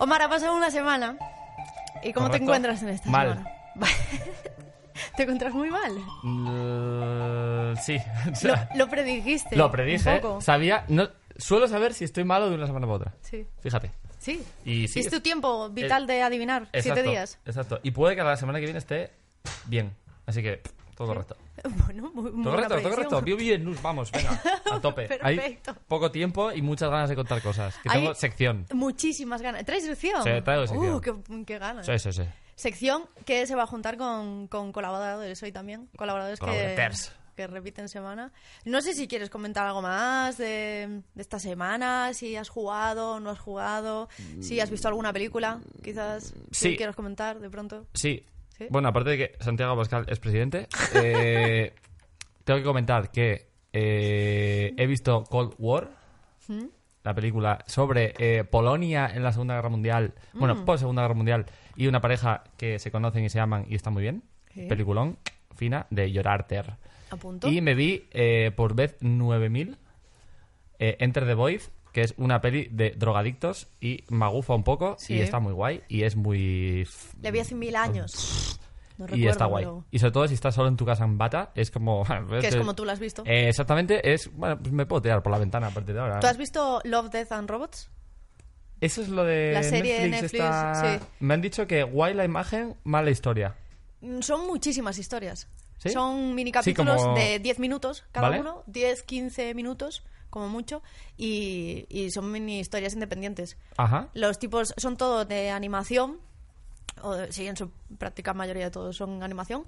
Omar, ha pasado una semana. ¿Y cómo te Correcto. encuentras en esta Mal. semana? ¿Te encuentras muy mal? Mm, sí. O Lo, sea, lo predijiste. lo predije. ¿eh? Un poco. Sabía. No, suelo saber si estoy malo de una semana para otra. Sí. Fíjate. Sí. Y sí. es tu tiempo vital Eh, de adivinar. exacto, Siete días. Exacto. Y puede que la semana que viene esté bien. Así que, todo correcto. Bueno, muy, muy Todo buena correcto, todo predicción. correcto. Viu bien, Nus, vamos, venga, a tope. Perfecto. Hay poco tiempo y muchas ganas de contar cosas. Que Hay tengo sección. Muchísimas ganas. ¿Traes sección? Sí, traigo sección. Uh, qué, qué ganas. Sí, sí, sí. Sección que se va a juntar con, con colaboradores hoy también. Colaboradores que, Colaboraters. que repiten semana. No sé si quieres comentar algo más de, de esta semana, si has jugado, no has jugado, si has visto alguna película, quizás Sí. que quieras comentar de pronto. Sí. Sí. Bueno, aparte de que Santiago Pascal es presidente, eh, tengo que comentar que eh, he visto Cold War, ¿Mm? la película sobre eh, Polonia en la Segunda Guerra Mundial, Mm. bueno, post Segunda Guerra Mundial, y una pareja que se conocen y se aman y está muy bien. Sí. Peliculón fina de Llorarter. A punto. Y me vi eh, por vez 9000 eh, Enter the Void, que es una peli de drogadictos y magufa un poco Sí. y está muy guay y es muy f- Le vi hace mil años. No y recuerdo, está guay. pero- Y sobre todo si estás solo en tu casa en bata, es como... Que es como tú la has visto. Eh, exactamente, es... Bueno, pues me puedo tirar por la ventana a partir de ahora. ¿Tú has visto Love, Death and Robots? Eso es lo de La serie de Netflix, Netflix, esta- sí. Me han dicho que guay la imagen, mala historia. Mm, Son muchísimas historias. ¿Sí? Son mini Sí, capítulos como- de 10 minutos cada ¿Vale? uno, 10, 15 minutos como mucho, y, y son mini historias independientes. Ajá. Los tipos son todos de animación, o de- sí, en su práctica mayoría de todos son animación,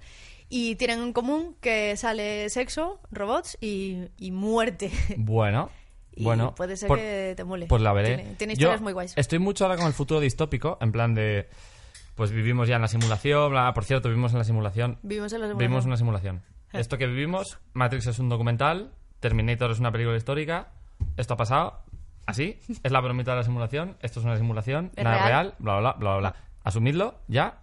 y tienen en común que sale sexo, robots y, y muerte. Bueno. Y bueno, puede ser por- que te mole. Pues la veré. Tiene, tiene Yo historias muy guays. Estoy mucho ahora con el futuro distópico, en plan de. Pues vivimos ya en la simulación, bla, por cierto, vivimos en la simulación. Vivimos en la Eh. semana. Vivimos una simulación. Esto que vivimos, Matrix es un documental, Terminator es una película histórica, esto ha pasado, así, es la bromita de la simulación, esto es una simulación, Es nada es real. real, bla, bla, bla, bla, bla. Asumidlo, ya,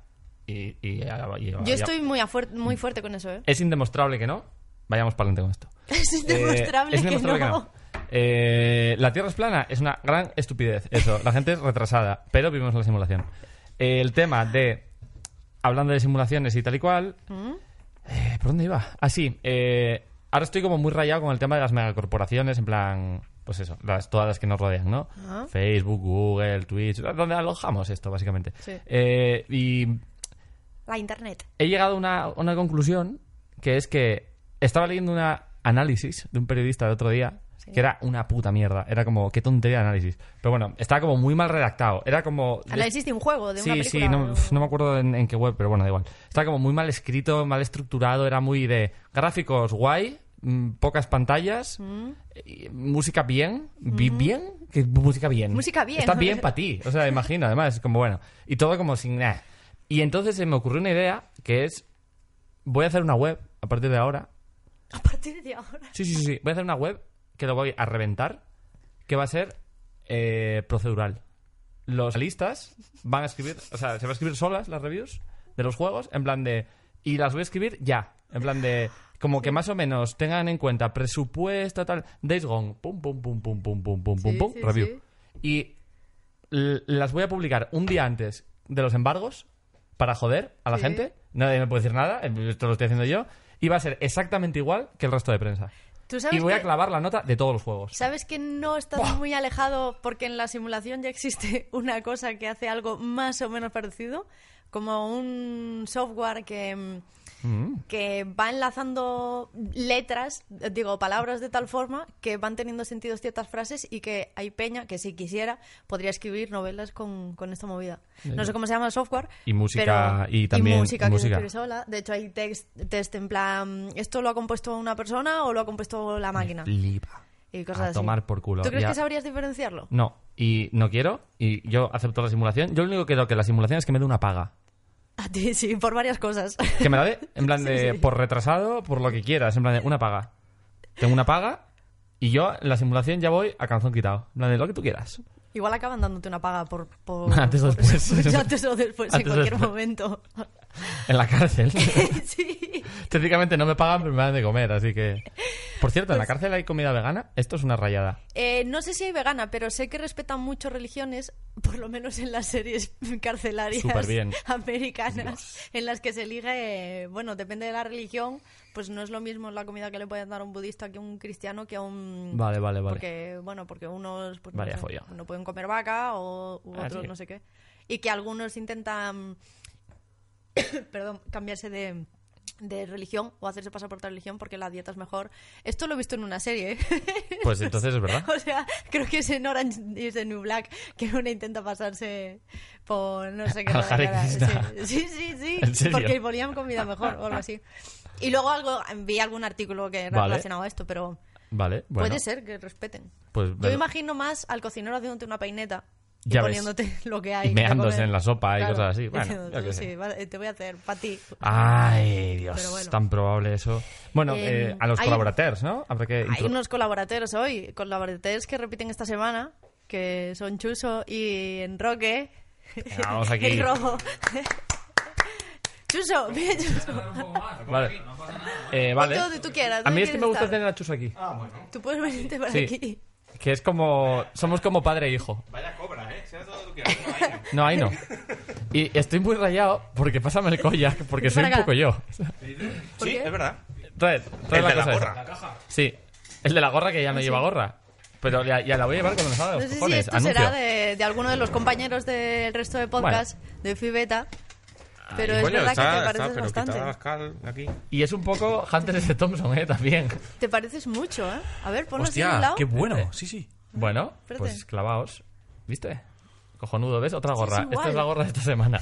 y... y- y- Yo ya. estoy muy, a fuer- muy fuerte con eso, ¿eh? Es indemostrable que no, vayamos para adelante con esto. Es Eh, indemostrable, es indemostrable que no. Eh, la Tierra es plana es una gran estupidez. Eso, la gente es retrasada, pero vivimos en la simulación. Eh, el tema de. Hablando de simulaciones y tal y cual. Mm. eh, ¿Por dónde iba? Así. ahora estoy como muy rayado con el tema de las megacorporaciones, en plan. Pues eso, las, todas las que nos rodean, ¿no? Ajá. Facebook, Google, Twitch, donde alojamos esto, básicamente. Sí. Eh, y La internet. he llegado a una, a una conclusión que es que estaba leyendo un análisis de un periodista de otro día que era una puta mierda. Era como, qué tontería de análisis. Pero bueno, estaba como muy mal redactado. Era como... Análisis de un juego, de sí, una película. sí, o- no, no me acuerdo en, en qué web, pero bueno, da igual. Estaba como muy mal escrito, mal estructurado, era muy de gráficos guay, mm, pocas pantallas, Mm. y música bien, vi- bien, que música bien. Música bien. Está bien para ti, o sea, imagina, además, como bueno. Y todo como sin nada. Y entonces se me ocurrió una idea que es, voy a hacer una web a partir de ahora. A partir de ahora. Sí, sí, sí, sí, voy a hacer una web que lo voy a reventar, que va a ser eh, procedural los listas van a escribir, o sea, se va a escribir solas las reviews de los juegos, en plan de, y las voy a escribir ya, en plan de, como que más o menos tengan en cuenta presupuesto, tal, Days Gone, pum, pum, pum, pum, pum, pum, pum, pum, Sí, pum, sí, review. sí. Y l- las voy a publicar un día antes de los embargos para joder a la Sí. gente, nadie me puede decir nada, esto lo estoy haciendo yo, y va a ser exactamente igual que el resto de prensa. ¿Tú Y sabes voy que, a clavar la nota de todos los juegos. sabes que no estás muy alejado porque en la simulación ya existe una cosa que hace algo más o menos parecido? Como un software que, mm, que va enlazando letras, eh, digo, palabras de tal forma que van teniendo sentido ciertas frases y que hay peña que si quisiera podría escribir novelas con, con esta movida. No sé cómo se llama el software. Y música, pero- y también música. que se música. escribe sola. De hecho hay text, test en plan, ¿esto lo ha compuesto una persona o lo ha compuesto la máquina? Flipa. Y cosas a así. tomar por culo. ¿Tú crees Ya- que sabrías diferenciarlo? No, y no quiero, y yo acepto la simulación. Yo lo único que creo que la simulación es que me dé una paga. A ti sí, por varias cosas. Que me la dé, en plan de por retrasado, por lo que quieras, en plan de una paga. Tengo una paga y yo en la simulación ya voy a canzón quitado. En plan de lo que tú quieras. Igual acaban dándote una paga por... por- Antes o por- después. antes o después, en Antes o cualquier después. momento. En la cárcel. sí. Técnicamente no me pagan, pero me dan de comer, así que. Por cierto, Pues en la cárcel hay comida vegana. Esto es una rayada. Eh, no sé si hay vegana, pero sé que respetan mucho religiones, por lo menos en las series carcelarias Superbién. americanas, en las que se elige, eh, bueno, depende de la religión, pues no es lo mismo la comida que le pueden dar a un budista que a un cristiano que a un... Vale, vale, vale. Porque, bueno, porque unos pues, no, Vaya sé, folla. no pueden comer vaca o u Ah, otros sí. no sé qué. Y que algunos intentan, perdón, cambiarse de de religión o hacerse pasar por otra religión porque la dieta es mejor. Esto lo he visto en una serie. ¿eh? Pues entonces es verdad. O sea, creo que es en Orange is the New Black que uno intenta pasarse por no sé qué. Al rara Hare cara. Krishna. Sí, sí, sí. ¿En sí serio? porque ponían comida mejor o algo así. Y luego algo, vi algún artículo que era Vale. relacionado a esto, pero Vale, bueno. puede ser que respeten. Pues Yo bueno, imagino más al cocinero haciéndote una peineta y Ya ves. poniéndote lo que hay. y que meándose comer. en la sopa y Claro. cosas así. Bueno, Diciendo, yo qué sé. Ah, sí, vale, te voy a hacer para ti. Ay, Dios, Pero bueno. tan probable eso. Bueno, Eh, eh, a los hay- colaboradores, ¿no? Habrá que Hay intro- unos colaboradores hoy, colaboradores que repiten esta semana, que son Chuso y Enroque. Vamos aquí. El rojo. Chuso, bien, Chuso. Vale. Eh, vale. Ponte donde tú quieras. A ¿dónde mí es que quieres me gusta estar? tener a Chus aquí. Tú puedes venirte para Sí. aquí. Que es como. Somos como padre e hijo. Vaya cobra, ¿eh? Sea todo lo que quieras. No, ahí No, ahí no. Y estoy muy rayado porque pásame el koyak, porque Vente soy para un acá. poco yo. no. ¿Por Sí, qué? es verdad. Trae, trae El la de la cosa gorra. esa. Sí, el de la gorra que ya no lleva gorra. Pero ya, ya la voy a llevar cuando me salga Ah, de No los sé si cojones. esto Anuncio. será de, de alguno de los compañeros del resto de podcast de Fibeta, pero es verdad que te pareces bastante. aquí. Y es un poco Hunter S. Thompson, ¿eh? También. Te pareces mucho, ¿eh? A ver, ponlo así de un Hostia, lado. qué bueno. Eh, Sí, sí. Bueno, Espérate. pues clavaos. ¿Viste? Cojonudo, ¿ves? Otra gorra. igual. Esta es la gorra de esta semana.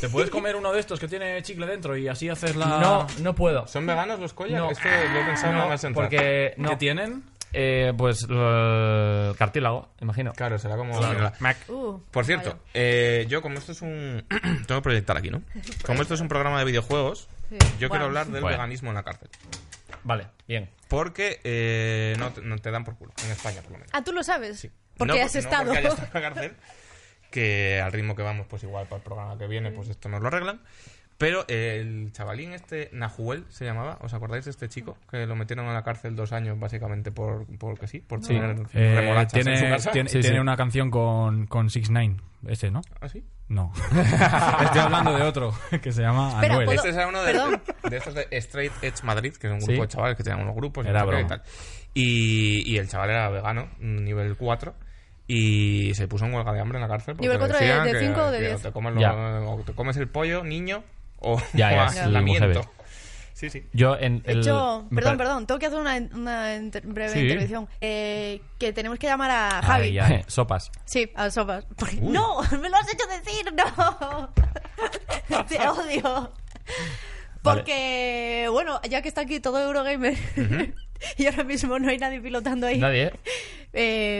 ¿Te puedes comer uno de estos que tiene chicle dentro y así haces la. No, no puedo. ¿Son veganos los collas? No. Esto lo he pensado nada No, más entrar. porque no. ¿Qué tienen? Eh, pues eh, cartílago, imagino. Claro, será como... la- Uh, Por cierto, vaya. eh, yo como esto es un... Tengo que proyectar aquí, ¿no? Como esto es un programa de videojuegos, Sí. yo Bueno. quiero hablar del Bueno. veganismo en la cárcel. Vale, bien. Porque eh, no, te- no te dan por culo. En España, por lo menos. Ah, tú lo sabes. Sí. Porque No, has no estado. porque haya estado en la cárcel, que al ritmo que vamos, pues igual para el programa que viene, pues esto nos lo arreglan. Pero eh, el chavalín este, Nahuel se llamaba, ¿os acordáis de este chico? Que lo metieron a la cárcel dos años básicamente por, porque sí, por tener Eh, remolachas en su tiene casa. tiene, Sí, tiene sí. una canción con, con 6 9 ese, ¿no? ¿Ah, sí? No. Estoy hablando de otro que se llama Espera, Anuel. ¿puedo- Este era uno Perdón. de, de estos de Straight Edge Madrid, que es un grupo Sí. de chavales que tenían unos grupos y Era no sé qué y broma. tal. Y, y el chaval era vegano, nivel 4, y se puso en huelga de hambre en la cárcel. porque ¿Nivel cuatro de- decían de que- cinco o de que diez? o te, comes lo- Ya. o te comes el pollo, niño, o, Ya, ya, o es muy aislamiento. heavy. Sí, sí. Yo en De el- hecho, me perdón, pare- perdón, tengo que hacer una, una inter- breve Sí. intervención. Eh, que tenemos que llamar a Javi. Ay, ya, eh, Sopas. Sí, a Sopas. Porque- ¡No! ¡Me lo has hecho decir! ¡No! Te odio. Porque, bueno, ya que está aquí todo Eurogamer y ahora mismo no hay nadie pilotando ahí, Nadie, ¿eh?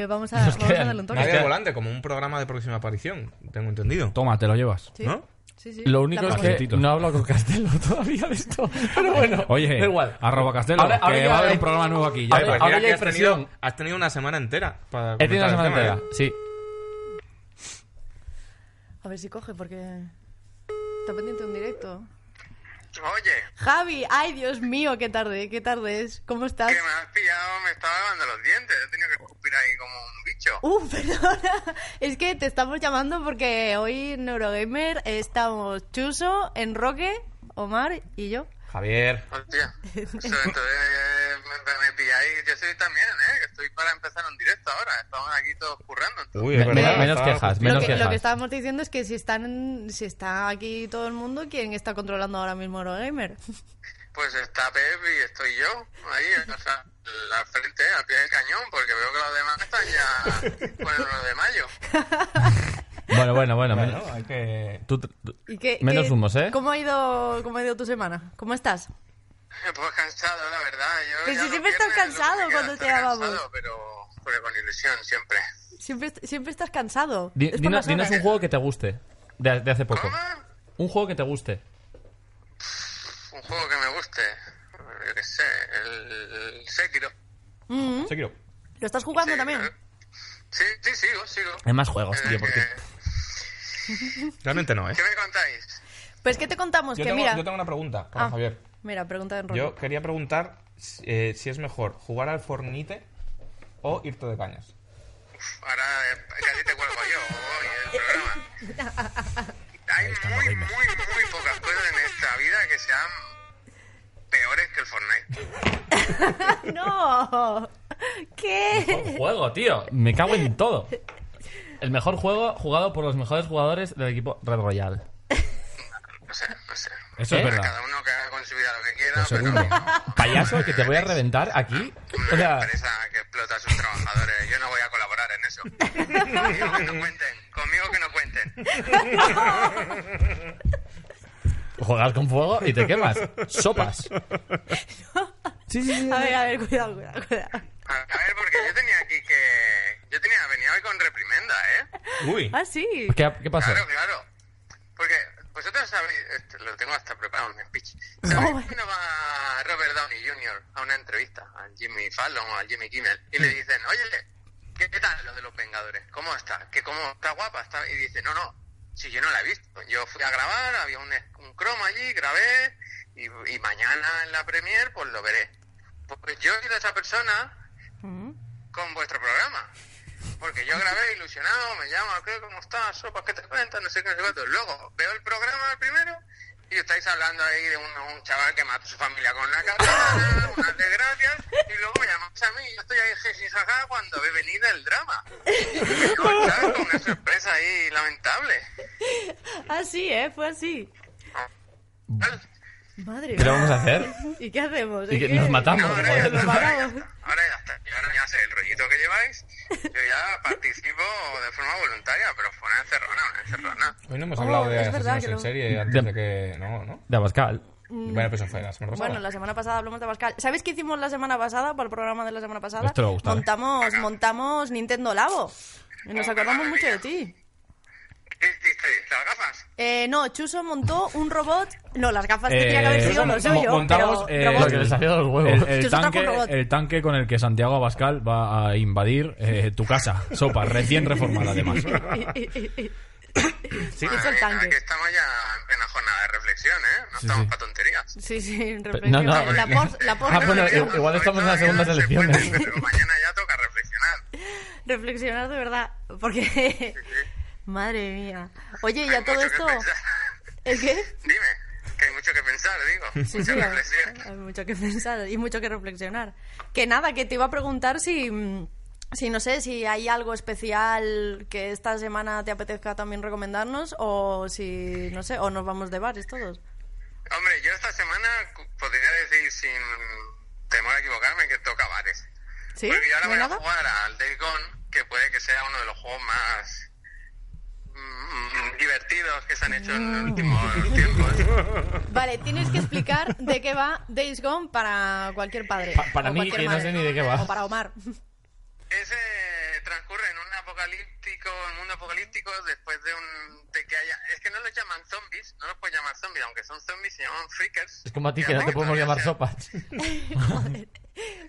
eh, vamos, a, Nos vamos a quedan- darle un toque. Nadie Es que- al volante, como un programa de próxima aparición, tengo entendido. Toma, te lo llevas. Sí, ¿no? sí, sí. Lo único La es próxima. que Calentito. no hablo con Castelo todavía de esto. Pero bueno, Oye, da igual. arroba Castelo, Ahora- ahora que ya va a haber hay- un programa nuevo aquí. Ahora- ya verás. Pareciera ahora ya hay que has tenido- presión. Has tenido una semana entera para He tenido una comentar semana el tema, entera. ¿eh? Sí. A ver si coge, porque está pendiente un directo. Oye, Javi, ay Dios mío, qué tarde, qué tarde es. ¿Cómo estás? que me has pillado, me estaba lavando los dientes, he tenido que escupir ahí como un bicho. Uh, perdona. Es que te estamos llamando porque hoy en Eurogamer estamos Chuso, Enroque, Omar y yo. ¿eh? Javier. Hostia, Eso, entonces eh, me, me pilláis, yo soy también, ¿eh? Que estoy para empezar un directo ahora, estamos aquí todos currando. Uy, Me- es verdad, me- menos estaba- Lo quejas, Pues menos que, lo quejas. que estábamos diciendo es que si están si está aquí todo el mundo, ¿quién está controlando ahora mismo Eurogamer? Uh. Pues está Pep y estoy yo, ahí, o sea, al frente, al pie del cañón, porque veo que los demás están ya con el 1 de mayo. Bueno, bueno, bueno. Bueno, men- hay que... tú- tú- ¿Y qué- Menos qué- humos, ¿eh? ¿Cómo ha ido cómo ha ido tu semana? ¿Cómo estás? Pues cansado, la verdad. Yo Pero ya si los siempre estás viernes lo que cansado queda cuando estar te llamamos. cansado, Pero, pero con ilusión siempre. Siempre, siempre estás cansado. di- Es por dinos, las horas. dinos un juego que te guste de, de hace poco. ¿Cómo? Un juego que te guste. Un juego que me guste. Yo qué sé, el, el Sekiro. ¿Mm? eh, Se quiero. ¿Lo estás jugando Ah, también? Sí, sí, sigo, sigo. Hay más juegos, Eh, tío, porque... ¿qué, Realmente no, ¿eh? me contáis? Pues que te contamos Yo que tengo, mira... yo tengo una pregunta para Ah, Javier. Mira, pregunta de Enroque. Yo quería preguntar eh, si es mejor jugar al Fornite o irte de cañas. Ahora eh, casi te cuelgo yo hoy eh, el programa. Hay está, muy, Lorena. muy, muy pocas cosas en esta vida que sean peores que el Fortnite. ¡No! ¿Qué? Juego, tío. Me cago en todo. El mejor juego jugado por los mejores jugadores del equipo Red Royal. No sé, no sé. Eso Bueno, es verdad. Cada uno que haga con su vida lo que quiera. Lo segundo. Pero Payaso, que te voy a reventar aquí. una O sea, empresa que explota a sus trabajadores. Yo no voy a colaborar en eso. Conmigo que no cuenten. Conmigo que no cuenten. jugar con fuego y te quemas. Sopas. Sí, sí, sí. A ver, a ver, cuidado, cuidado, cuidado. A a ver, porque yo tenía aquí que... Yo tenía... Venía hoy con reprimenda, ¿eh? Uy. Ah, sí. ¿Qué, qué pasó? Claro, claro. Porque vosotros sabéis, este, lo tengo hasta preparado en mi speech. ¿Sabéis que no va Robert Downey Jr. a una entrevista al Jimmy Fallon o al Jimmy Kimmel y le dicen, oye, ¿qué tal lo de los Vengadores? ¿Cómo está? ¿Que cómo está guapa? Está... Y dice, no, no, si yo no la he visto. Yo fui a grabar, había un, un croma allí, grabé y, y mañana en la premier pues lo veré. Pues yo he sido esa persona con vuestro programa. Porque yo grabé ilusionado, me llama, ¿qué? ¿Cómo estás? ¿Sopas? ¿Qué te cuentas? No sé qué, no sé cuánto. Luego veo el programa primero y estáis hablando ahí de un, un chaval que mató a su familia con una katana, unas desgracias, y luego me llamáis a mí y yo estoy ahí jejijaja cuando he venido el drama. ¿Sabes? Con una sorpresa ahí lamentable. Así, ¿eh? Fue así. Tal. Madre ¿Qué le vamos a mía. hacer? ¿Y qué hacemos? Y ¿Es que que nos matamos, ahora, joder. ya, Nos matamos. está, ahora ya está. Yo ahora ya sé el rollito que lleváis. Yo ya participo de forma voluntaria, pero fue una encerrona, una encerrona. Hoy no hemos Oh, hablado de es verdad asesinos que en no. serie antes de que... No, ¿no? De Abascal. Vaya peso fue la semana pasada. Bueno, la semana pasada hablamos de Pascal. ¿Sabéis qué hicimos la semana pasada para el programa de la semana pasada? Esto le va a gustar, ¿eh? montamos, montamos Nintendo Labo. Y Nos acordamos mucho de ti. ¿Qué hiciste? ¿Las gafas? Eh, no, Chuso montó un robot. No, las gafas Eh, que tenía que haber sido no soy yo. montamos, pero eh, robot. Lo que le salió de los huevos. El, el Chuso trajo tanque, un robot. el tanque con el que Santiago Abascal va a invadir eh, tu casa. Sopa, recién reformada además. Hizo Madre el mía, tanque. Aquí estamos ya en plena jornada de reflexión, ¿eh? No estamos para tonterías. Sí, sí, en no, reflexión. no. La pos- la pos- Ah, bueno, Hoy igual todavía estamos en las segundas no se elecciones. puede, Pero mañana ya toca reflexionar. Reflexionar de verdad. Porque. Madre mía. Oye, y Hay a todo mucho que esto. pensar. ¿El qué? Dime, que hay mucho que pensar, digo. Sí, mucha sí, hay, reflexión. hay mucho que pensar y mucho que reflexionar. Que nada, que te iba a preguntar si, mm, si no sé, si hay algo especial que esta semana te apetezca también recomendarnos o si, no sé, o nos vamos de bares todos. Hombre, yo esta semana cu- podría decir sin temor a equivocarme que toca bares. ¿Sí? Porque yo ahora ¿No voy hay a nada? jugar al Days Gone, que puede que sea uno de los juegos más mm, divertidos que se han hecho en los Mm. últimos tiempos. Vale, tienes que explicar de qué va Days Gone para cualquier padre. Pa- para o mí, cualquier que no madre. sé ni de qué va. O para Omar. Ese eh, transcurre en un apocalíptico, en un mundo apocalíptico, después de un de que haya, es que no los llaman zombies, no los puedes llamar zombies, aunque son zombies se llaman freakers. Es como a ti, Y que no te aunque podemos todavía llamar sea- sopas.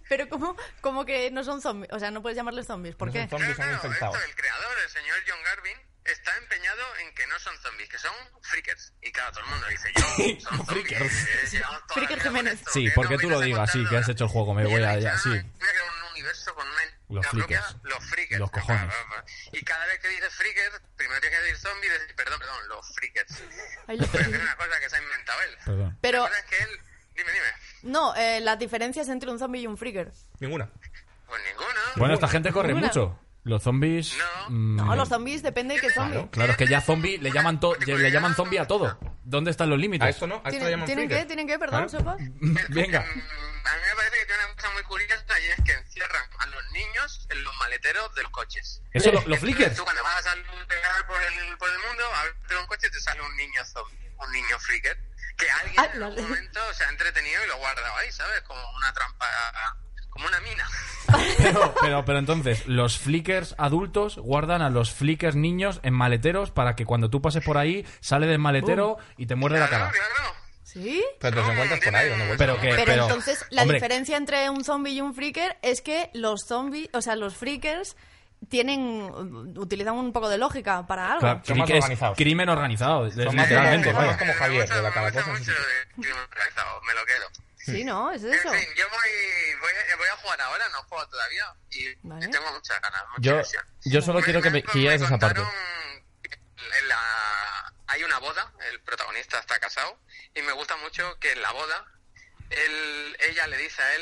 Pero como, como que no son zombies, o sea, no puedes llamarles zombies. ¿Por No qué? son zombies, son Claro, claro, infectados. esto, el creador, el señor John Garvin, está empeñado en que no son zombies, que son freakers. Y claro, todo el mundo dice, yo, son Freakers. zombies. Llevamos toda la Freakers vida con Jiménez. esto, Sí, ¿qué porque no tú vienes lo a digas, sí, contarnos que has ahora? hecho el juego, me Y voy él allá, dice, sí. "Ah, voy a crear un universo con una- Los la propia- freakers. Los freakers. Los cojones. Y cada vez que dices freakers, primero tienes que decir zombies y decir, perdón, perdón, los freakers. Ay, lo- Pero que es una cosa que se ha inventado él. Perdón. La Pero, cosa es que él... Dime, dime. no, eh, las diferencias entre un zombie y un freaker. Ninguna. Pues ninguno. Bueno, esta gente corre Ninguna. mucho. Los zombies... No. mm, No, los zombies depende de qué zombie. Claro, claro, es que ya zombie le llaman, to- le llaman zombie a todo. ¿Dónde están los A límites? esto no, a esto le ¿Tienen, llaman ¿tienen freaker. qué? ¿Tienen qué? Perdón, Claro. sopas. Venga. Mm, A mí me parece que tiene una cosa muy curiosa y es que encierran a los niños en los maleteros de los coches. Eso, lo- los Entonces, flickers. Tú cuando vas a pegar por el, por el mundo, abres un coche y te sale un niño zombie, un niño freaker, que alguien Ah, en la- algún momento se ha entretenido y lo ha guardado ahí, ¿sabes? Como una trampa, como una mina. Pero, pero, pero entonces, los flickers adultos guardan a los flickers niños en maleteros para que cuando tú pases por ahí, sale del maletero y te muerde la cara. Claro, claro. ¿Sí. Pero te los encuentras por ahí, ¿o no? Pero que- Pero, pero, entonces la hombre. diferencia entre un zombie y un freaker es que los zombies, o sea, los freakers tienen utilizan un poco de lógica para algo. Claro, Son más que es organizados. crimen organizado, más literalmente. organizados. vaya. como Javier, Me de la gusta calabaza, mucho de- de- me lo quedo. Sí, ¿no? ¿Es En eso? fin, yo voy, voy, a- voy a jugar ahora, no juego todavía y Vale. tengo muchas ganas. Mucha Yo, ilusión. yo solo Me- quiero que me quilles esa parte. contaron que en la- hay una boda, el protagonista está casado, y me gusta mucho que en la boda él, ella le dice a él,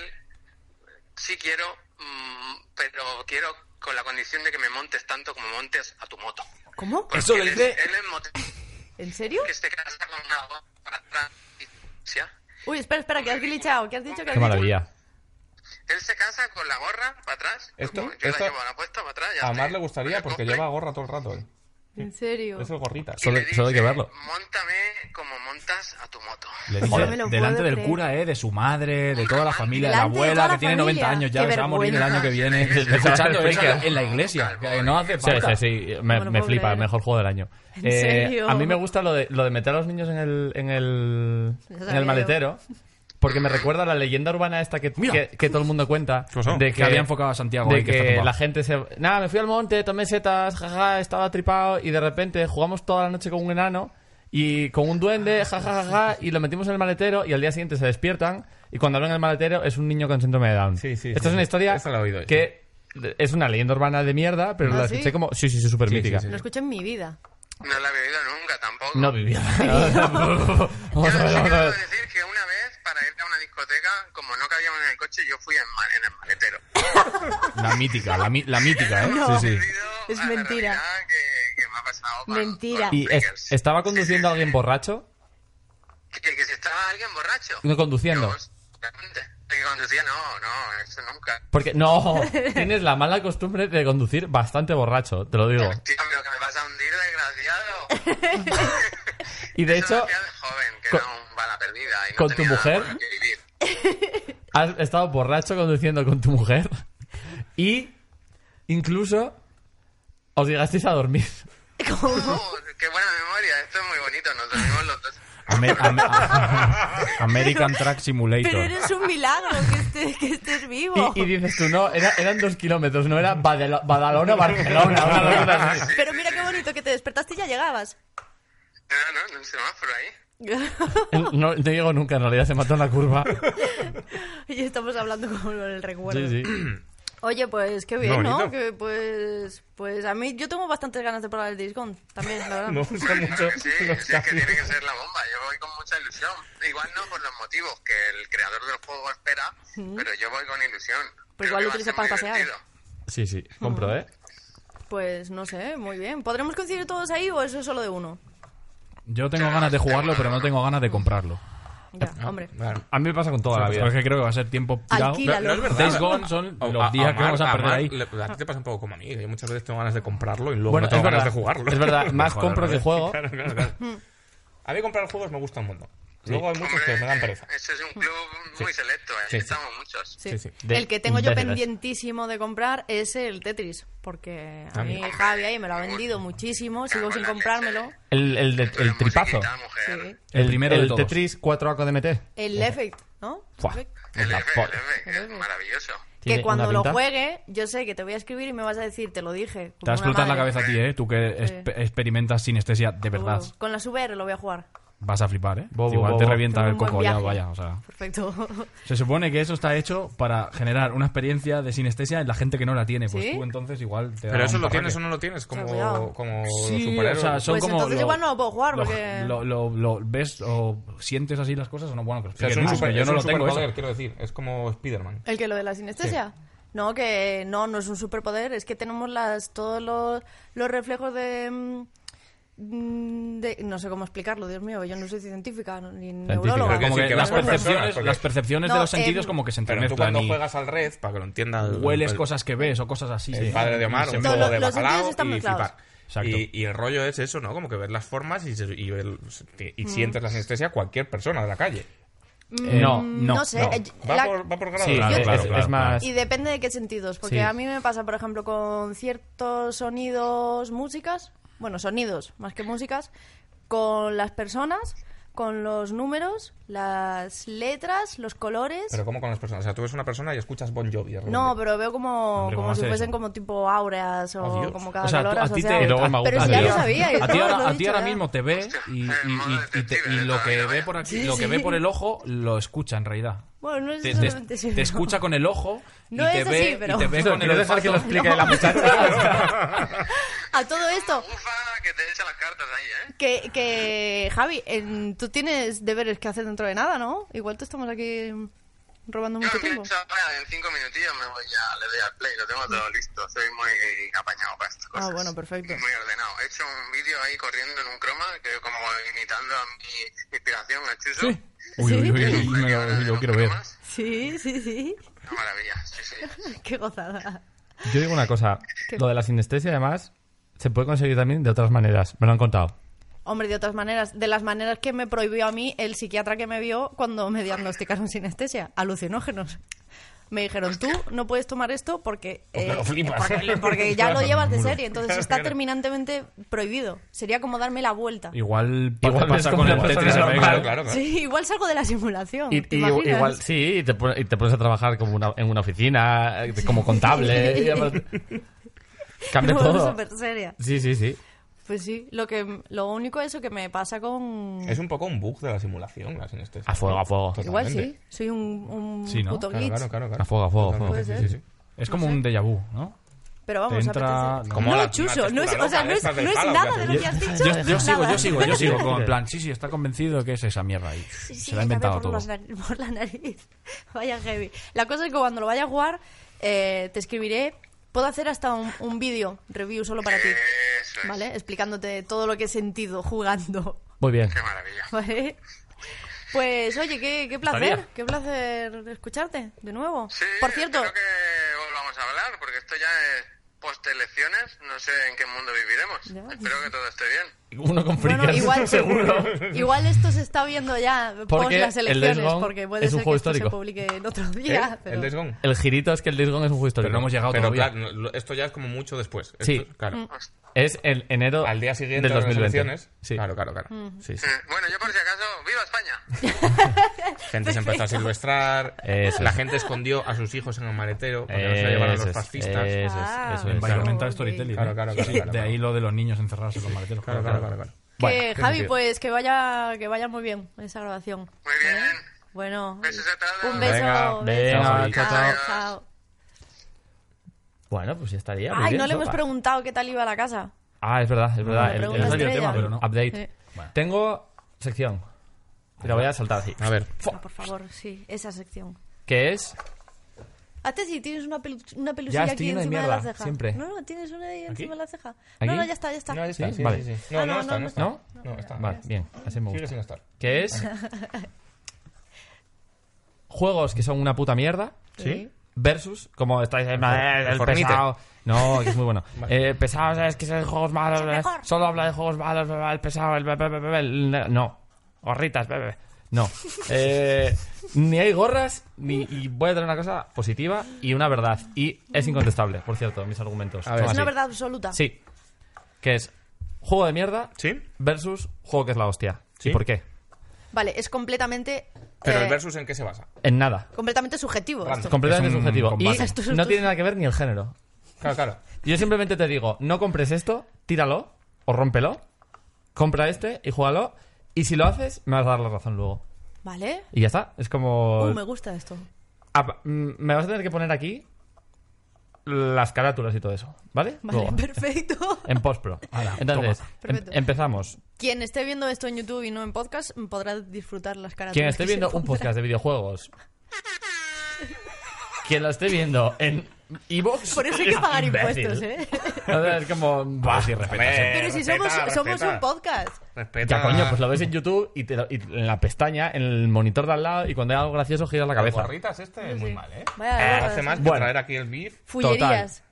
sí quiero, mm, pero quiero con la condición de que me montes tanto como montes a tu moto. ¿Cómo? Porque Eso lo él es- dice- él es motorista ¿En serio? que se casa con una boda para atrás y- ¿sí? Uy, espera, espera, que has glitchado. ¿Qué has dicho? que has Qué dicho? maravilla. Él se casa con la gorra para atrás. Esto- Yo la esto- llevo a la puesta para atrás. ya eh, A Mar estoy- le gustaría porque cumple. lleva gorra todo el rato. ¿eh? ¿En serio? Eso es gorrita. Y le Solo- solo hay que dice, verlo. Móntame como montas a tu moto. Le Joder. dice, No me lo delante puedo del creer. cura, eh, de su madre, de toda la familia, de la Delante de toda abuela, la que tiene familia. 90 años ya, Qué se va a morir el vergüenza. año que viene. Sí, sí, Escuchando sí, eso sí. en la iglesia, que no hace Sí, sí, falta. sí, me, No lo me puedo flipa, creer. mejor juego del año. pues Eh, ¿En serio? A mí me gusta lo de, lo de meter a los niños en el, en el, Eso en sabía el maletero, porque me recuerda a la leyenda urbana esta que, Mira. que, que todo el mundo cuenta, Cosón. de Que había enfocado a Santiago de ahí, que está que tumbado. la gente se... Nada, me fui al monte, tomé setas, jaja, estaba tripado, y de repente jugamos toda la noche con un enano, y con un duende, jajajaja, y lo metimos en el maletero, y al día siguiente se despiertan, y cuando abren el maletero es un niño con síndrome de Down. Sí, sí, Esta sí, es una sí. historia Esa la he oído yo. que... Es una leyenda urbana de mierda, pero ¿Ah, la sí? escuché como... Sí, sí, sí, súper Sí, sí, mítica. sí. No escucho en mi vida. No la he bebido nunca tampoco. No vivía. Vamos a ver, Yo sí vamos a quiero ver. decir que una vez, para ir a una discoteca, como no cabíamos en el coche, yo fui en, ma- en el maletero. La mítica, la, mi- la mítica, ¿eh? No. Sí, sí. Debido Es a la mentira. realidad Que, que me ha pasado con- Mentira. con ¿Y los es- Lakers. estaba conduciendo a alguien borracho? Que, que si estaba alguien borracho. No, conduciendo. Yo, realmente. Que conducía, no, no, eso nunca. Porque no, tienes la mala costumbre de conducir bastante borracho, te lo digo. Tío, pero que me vas a hundir, desgraciado. Y de Eso hecho, hacía de joven, que con- era un bala perdida. Y no con tu tenía mujer. con qué vivir. has estado borracho conduciendo con tu mujer y incluso os llegasteis a dormir. Oh, qué buena memoria, esto es muy bonito, nos dormimos los dos. Ame- ame- a- American Track Simulator. Pero eres un milagro que estés, que estés vivo. Y, y dices tú, no, era- eran dos kilómetros, no era Badelo- Badalona-Barcelona. una locura así. Pero mira qué bonito que te despertaste y ya llegabas. No, Ah, no, en un semáforo ahí. No, no llego nunca, en realidad se mató en la curva. y estamos hablando con el recuerdo. Sí, sí. Oye, pues qué bien, Muy ¿no? bonito. Que, pues, pues a mí yo tengo bastantes ganas de probar el discón también, la verdad. Me gusta mucho Sí, los sí, es que cambios. tiene que ser la bomba. Yo voy con mucha ilusión. Igual no por los motivos que el creador del juego espera, pero yo voy con ilusión. Creo igual que lo va a ser utiliza para muy pasear. divertido. Sí, sí, compro, ¿eh? Pues no sé, muy bien. ¿Podremos coincidir todos ahí o eso es solo de uno? Yo tengo ganas de jugarlo, pero no tengo ganas de comprarlo. Ya, Ah, hombre. Claro. A mí me pasa con toda la vida. Porque creo que va a ser tiempo tirado. Alquila. Míralo. No, no es verdad. Days Gone son los A- a días que Mar- vamos a perder Mar ahí. le- a ti te pasa un poco como a mí. que Yo muchas veces tengo ganas de comprarlo y luego Bueno, no tengo es verdad, ganas de jugarlo. es verdad, más Joder, compro que ¿verdad? juego. Claro, claro, claro. A mí comprar juegos me gusta un montón. Luego hay muchos que me dan pereza. Este es un club muy selecto, ¿eh? Sí, sí. estamos muchos. Sí. Sí, sí. De- el que tengo yo de veras. pendientísimo de comprar es el Tetris, porque a Ah, mí mira. Javi ahí me lo ha vendido muchísimo, sigo sin comprármelo. El, el, de- el La tripazo. musiquita, mujer. Sí. El primero de el todos. Tetris 4A con DMT. El Effect, ¿no? Buah, Effect. El la F, po- el F, es maravilloso. Tiene Que cuando una lo pinta. juegue, yo sé que te voy a escribir y me vas a decir, te lo dije. como Te una va a explotar la madre. cabeza a ti, ¿eh? Tú que exp- experimentas sinestesia de verdad. Seguro. Con las VR lo voy a jugar. Vas a flipar, ¿eh? Bobo, Igual te bobo. revienta Un el buen coco ya, viaje. vaya, o sea. Perfecto. Se supone que eso está hecho para generar una experiencia de sinestesia en la gente que no la tiene. Pues ¿Sí? tú entonces igual te da Pero eso un lo parraque. tienes o no lo tienes cuidado. como, como los Sí, o superhéroes. sea, son Pues como entonces lo- igual no lo puedo jugar, lo- porque- Lo, lo- lo- ves o sientes así las cosas o no, bueno, que lo O sea, es un expliquen más, super- que yo es no un lo tengo ¿eh? superpoder, eso. quiero decir. Es como Spider-Man. ¿El que lo de la sinestesia? No, que no, no es un superpoder, es que tenemos las todos los, los reflejos de, mm, mm, de- No sé cómo explicarlo, Dios mío, yo no soy científica no, ni neuróloga. Pero que Como sí, que que las vas por percepciones, personas, porque- las percepciones de No, los sentidos em, como que se Pero tú cuando entremezclan y juegas al red, para que lo entienda... el- hueles el- cosas que ves o cosas así. El padre de Omar, un No, juego lo- de los sentidos bacalao están y mezclados. flipar. Exacto. Y, y el rollo es eso, ¿no? Como que ver las formas y, se- y, ver- pues, y Mm. sientes la sinestesia a cualquier persona de la calle. Eh, no, no, No sé, No, eh, va, la- por, va por grado. Sí, Claro, es, claro, es- claro, es más. y depende de qué sentidos, porque Sí. a mí me pasa, por ejemplo, con ciertos sonidos, músicas, bueno, sonidos más que músicas, con las personas, con los números, las letras, los colores. Pero ¿cómo con las personas? O sea, tú ves una persona y escuchas Bon Jovi. de repente. No, pero veo como, Hombre, ¿cómo como va a si ser fuesen eso? como tipo auras o Oh, Dios. como cada O sea, tú- color a ti te- asociado. y luego me Pero gusta si ya el lo día. sabíais. A ti todos ahora, lo ¿eh? a ti ahora ya. mismo te ve y, y- y- y te- y lo que ve por aquí, Sí, lo que sí. ve por el ojo lo escucha en realidad. Bueno, no es Te, te- exactamente eso. te escucha con el ojo No y, te es ve, así, pero- y te ve Eso, con el ¿quieres dejar olfato. que lo explique la muchacha? A todo esto, Ufa, que te echa las cartas ahí, ¿eh? que, que Javi, en- tú tienes deberes que hacer dentro de nada, ¿no? Igual te estamos aquí robando Yo mucho tiempo. empiezo ahora, en cinco minutillos me voy ya, le doy al play, lo tengo todo listo. Soy muy apañado para estas cosas. Ah, bueno, perfecto. Muy ordenado. He hecho un vídeo ahí corriendo en un croma, que como imitando a mi inspiración, a Chuso. Sí. Uy, uy, uy, uy, me lo- yo lo quiero ver. Sí, sí, sí. Una maravilla, sí, sí. Qué gozada. Yo digo una cosa. Lo de la sinestesia, además, se puede conseguir también de otras maneras. Me lo han contado. Hombre, de otras maneras, de las maneras que me prohibió a mí el psiquiatra que me vio cuando me diagnosticaron sinestesia, alucinógenos. Me dijeron, tú no puedes tomar esto porque, eh, lo flipas. porque, porque ya lo Claro, llevas de seguro. serie, entonces está terminantemente prohibido. Sería como darme la vuelta. Igual, Igual pasa ves con como el una persona Tetris normal. Effect, ¿eh? Claro, claro. Sí, igual salgo de la simulación. Y, ¿te y- imaginas? igual, sí, y te, pon- y te pones a trabajar como una- en una oficina, eh, como contable. y además- Cambia Bueno, todo. súper seria. Sí, sí, sí. Pues sí, lo que lo único eso que me pasa con Es un poco un bug de la simulación, la sinestesia. A fuego, a fuego. igual sí, Totalmente. soy un, un Sí, ¿no? puto Claro, glitch. claro, claro, claro. A fuego, a fuego, a fuego. Totalmente, Puede sí, ser. sí, sí. Es como un déjà vu, ¿no? Pero vamos, Te entra- apetece. Como no, la- Chuso, una no es, o sea, textura no es, no loca de es esas del nada palo, de lo que has dicho. Yo, yo sigo, nada. yo sigo, yo sigo con plan, sí, sí, está convencido que es esa mierda ahí. Sí, sí, Se ya la ha ve inventado por, todo. los nar- por la nariz. Vaya heavy. La cosa es que cuando lo vaya a jugar, eh, te escribiré. Puedo hacer hasta un, un vídeo review solo para ti, Eso es. ¿vale? Explicándote todo lo que he sentido jugando, Muy bien. Qué maravilla. ¿vale? Pues oye, qué, qué placer, Estaría. qué placer escucharte de nuevo. Sí, por cierto, Creo que volvamos a hablar, porque esto ya es postelecciones, no sé en qué mundo viviremos. Ya. Espero que todo esté bien. Uno con bueno, fricas, igual, seguro. igual esto se está viendo ya por Porque las el elecciones, Days Gone porque puede es ser un que juego esto se histórico. publique en otro día. ¿Eh? pero- El Days Gone. El girito es que el Days Gone es un juego histórico. Pero no hemos llegado Pero todavía. claro, lo- esto ya es como mucho después. Esto- Sí. Mm. Claro. Es el enero Al día siguiente del de las 2020. elecciones. Sí. Claro, claro, claro. Sí, sí. Mm, Bueno, yo por si acaso, ¡viva España! Gente se empezó a silvestrar. Eso la es. gente escondió a sus hijos en el maletero para que no se lo llevaran Eso los es, fascistas. Eso es, Ah. eso es. Environment. Environmental storytelling. Claro, ¿eh? claro, claro, Sí, claro, De claro. ahí lo de los niños encerrados en los maleteros. Claro, claro, claro, claro. Que Bueno, Javi, que- pues que vaya, que vaya muy bien esa grabación. Muy bien. ¿Eh? Bueno, Besos a todos. un beso. Venga, beso. venga, chao, Chao, chao. chao. Bueno, pues ya estaría. muy Ay, bien, no le hemos sopa. preguntado qué tal iba la casa. Ah, es verdad, es le verdad. El, el, preguntaste el ella. tema, pero no. Update. Sí. Tengo sección. Pero voy a saltar así. A ver. No, por favor, sí, esa sección. Que es. Hazte si tienes una, pelu una pelusilla estoy aquí lleno de encima de, mierda, la ceja. siempre. No, no, tienes una ahí encima de la ceja. ¿Aquí? No, no, ya está, ya está. No, ya está, Sí, sí, vale. sí, sí. No, Ah, no, no, está, no, no está. ¿No? No, está. Vale, bien. Así me Sigue sin gusta. estar. Que es. Juegos que son una puta mierda. Sí. Versus, como estáis en plan, eh, el Fortnite. pesado. No, que es muy bueno. Eh, pesado, ¿sabes? Que son juegos malos. eh, Solo habla de juegos malos. bla, bla, El pesado, el. bla, bla, bla, bla, el ne- no. Gorritas, bla, bla, bla. No. Eh, ni hay gorras, ni. Y voy a tener una cosa positiva y una verdad. Y es incontestable, por cierto, mis argumentos. A ver. Son Es una así. verdad absoluta. Sí. Que es juego de mierda Sí. versus juego que es la hostia. Sí. ¿Y por qué? Vale, es completamente. Pero eh, el versus en qué se basa. En nada. Completamente subjetivo. Random. esto. Completamente Es un subjetivo. Y combate. Esto es- no tiene nada que ver ni el género. Claro, claro. Yo simplemente te digo, no compres esto, tíralo o rómpelo, compra este y juégalo. Y si lo haces, me vas a dar la razón luego. Vale. Y ya está. Es como... Uh, me gusta esto. Ah, mm, me vas a tener que poner aquí las carátulas y todo eso. ¿Vale? Vale, Luego, perfecto. en postpro. Entonces, em- Perfecto. empezamos. Quien esté viendo esto en YouTube y no en podcast podrá disfrutar las caras. Quien esté viendo un podcast de videojuegos. Quien lo esté viendo en Evox. Por eso hay que pagar impuestos, ¿eh. Es como. bah, Pero si somos, somos un podcast. Respeta. Ya, coño, pues lo ves en YouTube y, te lo- y en la pestaña, en el monitor de al lado, y cuando hay algo gracioso, giras la cabeza. Gorritas este es muy mal, ¿eh? Vaya, Eh, gorras, hace más que Bueno. traer aquí el beef. Fullerías.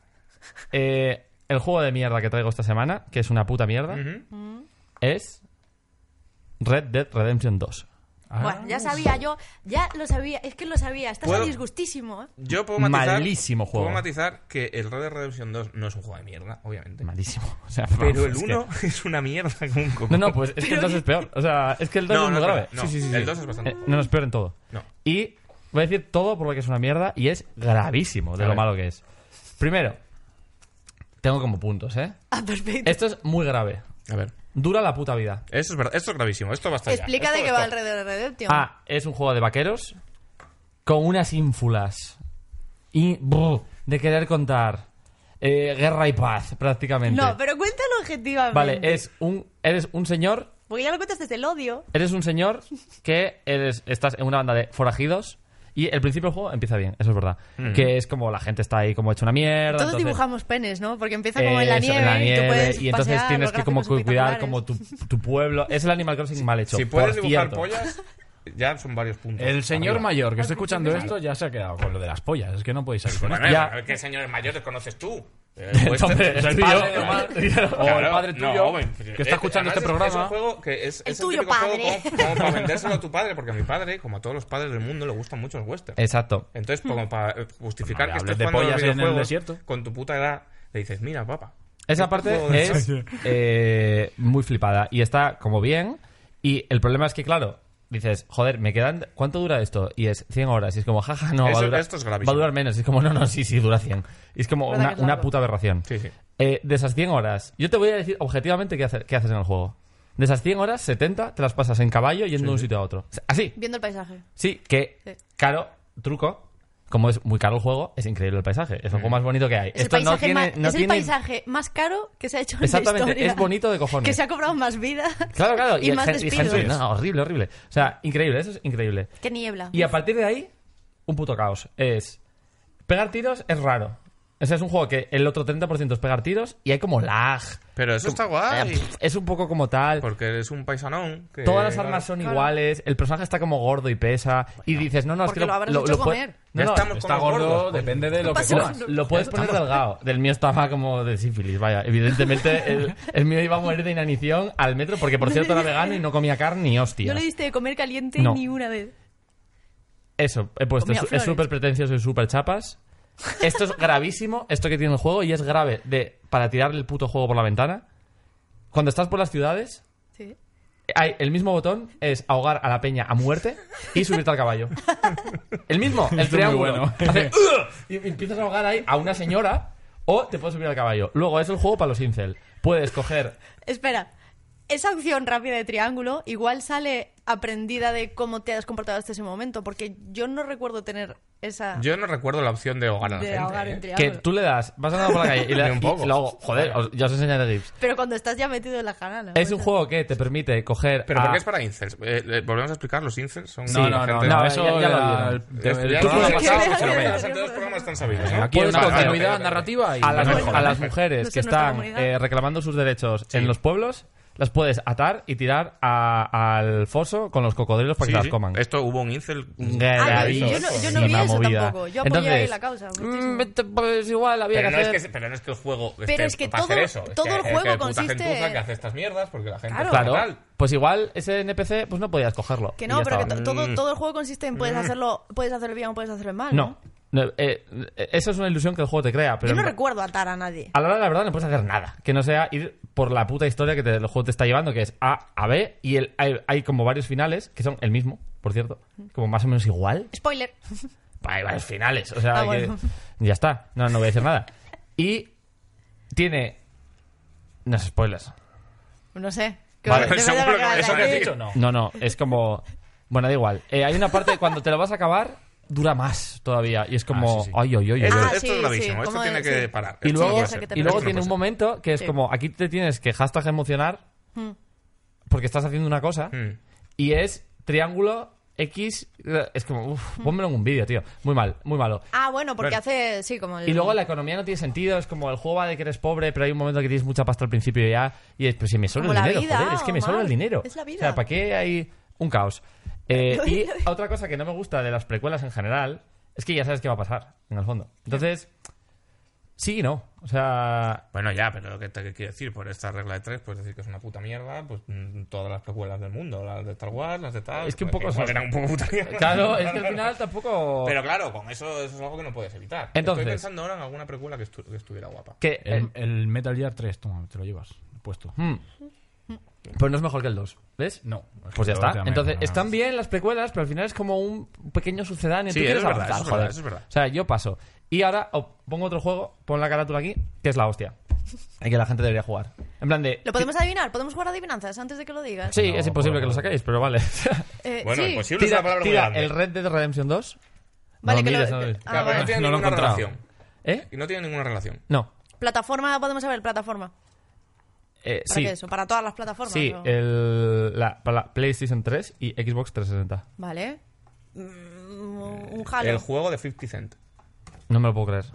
Eh, el juego de mierda que traigo esta semana, que es una puta mierda, es Red Dead Redemption 2. Bueno, ya sabía yo, ya lo sabía, es que lo sabía. Estás ¿Puedo? a disgustísimo, ¿eh? Yo puedo matizar. Malísimo juego. Puedo matizar que el Red Dead Redemption 2 no es un juego de mierda, obviamente. Malísimo. O sea, vamos, Pero el es que- 1 es una mierda como un coco. No, no, pues es que el 2 es peor. O sea, es que el 2 No, es no muy es grave. peor, no. Sí, sí, sí, sí. El 2 es bastante Eh, no, no, es peor en todo. No. Y voy a decir todo por lo que es una mierda y es gravísimo de A lo ver. malo que es. Primero, tengo como puntos, ¿eh? Ah, perfecto. Esto es muy grave. A ver. Dura la puta vida. Eso es verdad. Esto es gravísimo. Esto va a estar ya. Explica Esto de qué esto- va el Red Dead Redemption. Ah, es un juego de vaqueros con unas ínfulas y, brr, de querer contar eh, guerra y paz, prácticamente. No, pero cuéntalo objetivamente. Vale, es un, eres un señor Porque ya lo cuentas desde el odio. Eres un señor que eres, estás en una banda de forajidos y el principio del juego empieza bien, eso es verdad. Que es como la gente está ahí como hecha una mierda. Todos entonces- eh, dibujamos penes, ¿no? Porque empieza como en la Eso, nieve, y tú puedes y entonces pasear, tienes los que como gráficos cu- cuidar como espectaculares. tu, tu pueblo. Es el Animal Crossing mal hecho. Si puedes por dibujar cierto. pollas, ya son varios puntos. El señor Arriba. mayor que está Ah, escuchando esto ya se ha quedado con lo de las pollas. Es que no podéis salir con esto. Manuel, Ya. a ver ¿Qué señores mayores conoces tú? Eh, Entonces, Pues, El sí, padre yo- de Omar, o Claro, el padre no, tuyo bueno, que está eh, escuchando además es- Es este un programa. juego que es, El es tuyo, típico juego padre. como, como para vendérselo a tu padre, porque a mi padre, como a todos los padres del mundo, le gustan mucho los westerns. Exacto. Entonces, Hmm. como para eh, justificar No le que estés hables de jugando a los pollas en el videojuegos desierto. con tu puta edad, le dices, mira, papá. Esa este parte juego de es esos". eh, muy flipada y está como bien. Y el problema es que, claro, dices, joder, me quedan. ¿Cuánto dura esto? Y es 100 horas. Y es como, jaja, no, va, Eso- a durar, esto es va a gravísimo. durar menos. Y es como, no, no, sí, sí, dura 100. Y es como ¿Verdad una, que es una largo? puta aberración. Sí, sí. Eh, de esas 100 horas, yo te voy a decir objetivamente qué, hace- qué haces en el juego. De esas 100 horas, 70 te las pasas en caballo yendo de un sitio a otro. O sea, Así. Viendo el paisaje. Sí, que Sí. caro, truco. Como es muy caro el juego, es increíble el paisaje. Es el juego más bonito que hay. Es, el Esto no paisaje, tiene. más, no es el tiene- paisaje más caro que se ha hecho en Exactamente, la historia. es bonito de cojones. Que se ha cobrado más vida. Claro, claro. Y, más gen- y despidos. gente- no, horrible, horrible. O sea, increíble, eso es increíble. Que niebla. Y a partir de ahí, un puto caos. Es. Pegar tiros es raro. O sea, es un juego que el otro 30% es pegar tiros y hay como lag. Pero eso está Eh, guay. pff, es un poco como eh, tal. Porque es un paisanón. que- Todas las armas son Claro. iguales, el personaje está como gordo y pesa, y dices, no, no, es Porque que lo habrás hecho pue- comer. No, Ya no, estamos Está como gordo, gordos, depende de lo que Pasó- comas. no. lo puedes poner delgado. Del mío estaba como de sífilis, vaya. Evidentemente, el, el mío iba a morir de inanición al metro, porque por cierto era vegano y no comía carne ni hostia. No le diste de comer caliente No. ni una vez. Eso, he puesto. Comía es- Es flores. súper pretencioso y súper chapas. Esto es gravísimo, esto que tiene el juego, y es grave de para tirar el puto juego por la ventana. Cuando estás por las ciudades, Sí. Hay- el mismo botón es ahogar a la peña a muerte y subirte al caballo. El mismo, el Esto es muy triángulo. bueno. Hace, "Ugh", y empiezas a ahogar ahí a una señora o te puedes subir al caballo. Luego es el juego para los incel. Puedes coger. Espera, esa opción rápida de triángulo igual sale aprendida de cómo te has comportado hasta ese momento, porque yo no recuerdo tener esa Yo no recuerdo la opción de ahogar a la de gente, ahogar ¿eh? en Que triángulo. tú le das, vas andando por la calle y le Ni das un y- poco. y luego, joder, os- ya os enseñaré tips. Pero cuando estás ya metido en la jarana. Es un ¿verdad? juego que te permite coger. Pero a- porque es para incels. Eh, eh, volvemos a explicar, los incels son... No, Ah. Sí, no, no, gente- no, no, eso ya- ya lo era- vieron. el- Esto el ya turno no, lo pasado que que se lo vea. vea. Hace dos programas están sabidos, ¿no? Aquí hay una Puedes coger- continuidad narrativa y a las, Bueno, a las mujeres No sé, que nuestra están comunidad. eh, reclamando sus derechos en los pueblos, las puedes atar y tirar a- al foso con los cocodrilos para Sí, que sí. las coman. Esto hubo un incel... Ah, Gravísimo. yo, yo no, yo no vi Una eso movida. tampoco. Yo apoyé Entonces, la causa. muchísimo. mm, vete, pues igual había Pero que no, es hacer- que, se- pero no es que el juego esté Pero es que para todo- hacer eso. Es todo que- el es que juego hay puta consiste- gentuza que hace estas mierdas porque la gente... Claro. Ah, está Claro, fatal. pues igual ese NPC pues no podías cogerlo. Que y no, ya pero que estaba. to- todo, todo el juego consiste en puedes hacerlo, puedes hacerlo bien o puedes hacerlo mal. No, no, eh, eh, eso es una ilusión que el juego te crea. Pero Yo no en- recuerdo atar a nadie. A la hora de la verdad no puedes hacer nada que no sea ir por la puta historia que te- el juego te está llevando, que es A a B, y el, hay, hay como varios finales que son el mismo, por cierto, como más o menos igual. Spoiler. Hay varios finales, o sea, Ah, que- bueno. ya está, no, no voy a decir nada. Y tiene... No es spoilers. No sé. Vale, depende de seguro lo que hagas eso ahí. me ¿Lo has Sí. dicho o no? No, no, es como... Bueno, da igual. Eh, hay una parte cuando te lo vas a acabar, dura más todavía, y es como... Ah, sí, sí. Ay, ay, ay, ay, Esto, Ah, ay". esto sí, es gravísimo. sí, Esto como tiene de- que sí. parar. Y Esto no luego, puede ser. que te y pasa. luego tiene un momento que es Sí. Hmm. como, aquí te tienes que hashtag emocionar porque estás haciendo una cosa Mm. y es triángulo X. eh, Es como, Hmm. uff, pónmelo en un vídeo, tío. Muy mal, muy malo. Ah, bueno, porque Bueno. hace. Sí, como el. Y luego la economía no tiene sentido, es como el juego va de que eres pobre, pero hay un momento que tienes mucha pasta al principio ya, y es, pues si me sobra Como el la dinero, vida, joder, es que me Omar, sobra el dinero. es la vida. O sea, ¿para qué hay un caos? Eh, y otra cosa que no me gusta de las precuelas en general es que ya sabes qué va a pasar, en el fondo. Entonces, sí y no. O sea, Bueno, ya, pero lo que te quiero decir, por esta regla de tres, puedes decir que es una puta mierda, pues mm, todas las precuelas del mundo, las de Star Wars, las de tal. pues, Es que un poco igual son- eran un poco puta mierda. claro, es que al final tampoco. Pero claro, con eso, eso es algo que no puedes evitar. Entonces- Estoy pensando ahora en alguna precuela que, estu- que estuviera guapa. que, eh, El, el Metal Gear 3, toma, te lo llevas puesto. Mm. Pues no es mejor que el 2, ¿ves? No. Pues ya está. Efectivamente, Entonces, no. están bien las precuelas, pero al final es como un pequeño sucedáneo. Sí, Tú quieres eso es verdad, avanzar, eso es joder. verdad, eso es verdad. O sea, yo paso. Y ahora o- pongo otro juego, pon la carátula aquí, que es la hostia. Y que la gente debería jugar. En plan de... ¿Lo podemos adivinar? ¿Podemos jugar adivinanzas antes de que lo digas? Sí, No, es imposible por que lo favor. saquéis, pero vale. Eh, Bueno, sí. imposible es tira una palabra muy tira grande. el Red Dead Redemption 2 Vale, lo que lo- mires, no lo mires. Ah, Claro, pero no vale. tiene No lo he ninguna encontrado. relación. ¿Eh? Y no tiene ninguna relación. No. Plataforma, podemos saber, plataforma. Eh, ¿Para sí. qué eso? ¿Para todas las plataformas? Sí, eh, o- el, la, para la PlayStation 3 y Xbox 360. Vale. Mm, un El Halo. juego de 50 Cent. No me lo puedo creer.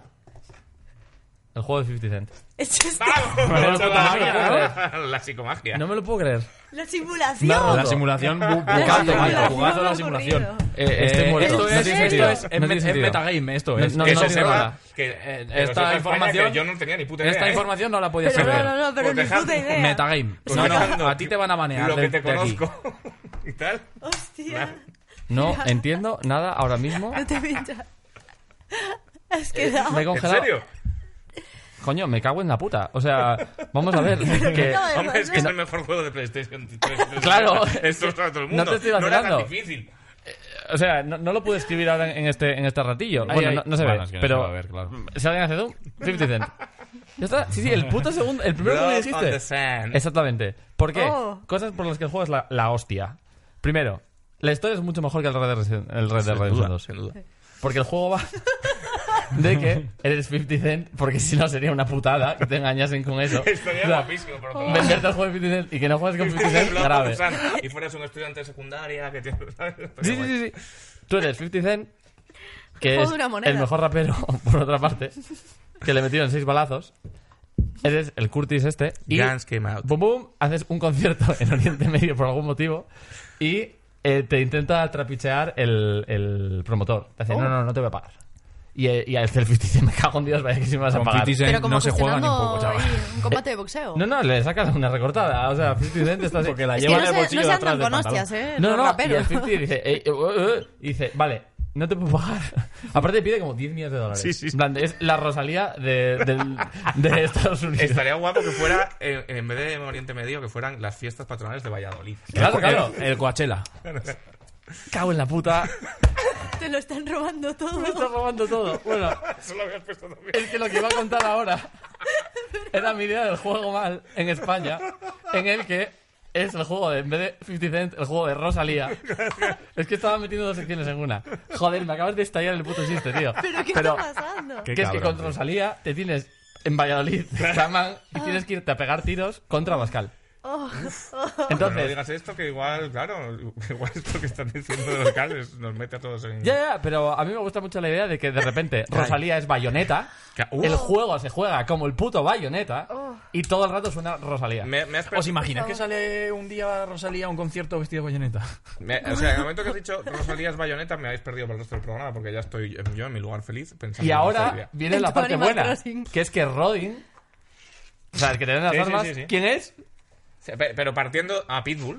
El juego de 50 Cent. Es esto, Pero puta madre, La psicomagia. No me lo puedo creer. la simulación. Narra La simulación, bu- bucazo, simulación, vaya, jugazo a la ocurrido. simulación. Eh, Estoy eh, muerto. esto No es- tiene esto sentido. es- es No met- tiene es sentido. metagame esto. No- es- no- es que se otra sepa cosa. que Eh, que lo esta sepa España, información- que yo no tenía ni puta idea. Esta ¿eh? información no la podías Pero saber. no, no, no, pero Pues ni dejar- puta idea. Metagame. Pues No, dejando no, a ti te van a banear. Lo que de- te de aquí. conozco. y tal. Hostia. No entiendo nada ahora mismo. No te pinchas. Has quedado. Me he ¿En congelado. serio? Coño, me cago en la puta. O sea, vamos a ver. que- acaba de Hombre, es que es pasar? el mejor juego de PlayStation 3. Claro. Esto es para todo el No mundo. te estoy era vacilando. tan difícil. o sea, no, no lo pude escribir ahora en este, en este ratillo. Ay, bueno, ay. No, no se Bueno, ve. es que no pero se va a ver, claro. si alguien hace zoom, 50 Cent. Ya está. Sí, sí, el puto segundo. El primero que me Blood on the dijiste. sand. Exactamente. ¿Por qué? Oh. Cosas por las que el juego es la, la hostia. Primero, la historia es mucho mejor que el Red Dead Redemption, el Red Dead Redemption 2. Sin duda. Porque el juego va de que eres 50 Cent, porque si no sería una putada que te engañasen con eso. Estaría O sea, guapísimo, pero todo. Venderte el juego de 50 Cent y que no juegues con 50 Cent, Blood on grave. the sand. Y fueras un estudiante de secundaria que tiene. ¿sabes? Sí, Estaría sí, guay. sí, sí. Tú eres 50 Cent, que Juego es de una moneda. el mejor rapero, por otra parte, que le metieron seis balazos. Eres el Curtis este. Y Guns came out. Boom Boom, haces un concierto en Oriente Medio por algún motivo y eh, te intenta trapichear el, el promotor. Te dice, no, Oh. no, no te voy a pagar. Y, eh, y el 50 Cent, me cago en Dios, vaya que si me vas a Con pagar. 50 Cent Pero como no se juega ni un poco, gestionando chaval. ahí un combate de boxeo. No, no, le sacas una recortada. O sea, 50 Cent está así. Porque la Es que lleva no en el se- no bolsillo se de andan atrás del con pantalón. hostias, ¿eh? No, Los no, raperos. y el 50 dice, eh, eh, eh, eh, y dice, vale, no te puedo pagar. Aparte pide como 10 millones de dólares. Sí, sí. En plan, es la Rosalía de, del- de Estados Unidos. Estaría guapo que fuera, eh, en vez de Oriente Medio, que fueran las fiestas patronales de Valladolid. Claro, claro. El, el Coachella. Cago en la puta. Te lo están robando todo. Me estás robando todo. Bueno, Eso lo habías puesto también. es que lo que iba a contar ahora era mi idea del juego mal en España, en el que es el juego de, en vez de 50 Cent, el juego de Rosalía. Es que estaba metiendo dos secciones en una. Joder, me acabas de estallar el puto chiste, tío. ¿Pero qué está pasando? Qué que es que cabrón, contra Rosalía te tienes en Valladolid, te llaman y tienes que irte a pegar tiros contra Bascal. Oh, Pero no Entonces, digas esto, que igual, claro, igual esto que están diciendo de los cales nos mete a todos en. ya, ya, pero a mí me gusta mucho la idea de que de repente Rosalía es bayoneta, Ca- uf. el juego se juega como el puto bayoneta Oh. y todo el rato suena Rosalía. Me, me has per- ¿Os imagináis que sale un día Rosalía a un concierto vestido de bayoneta? me- o sea, en el momento que has dicho Rosalías Bayoneta, me habéis perdido por el resto del programa porque ya estoy eh, yo en mi lugar feliz pensando. Y en ahora Rosalía. viene En la tu parte Animal buena, Crossing. que es que Rodin, o sea, el que te den las Sí, sí, armas, sí, sí. ¿quién es? Se- pe- Pero partiendo a Pitbull.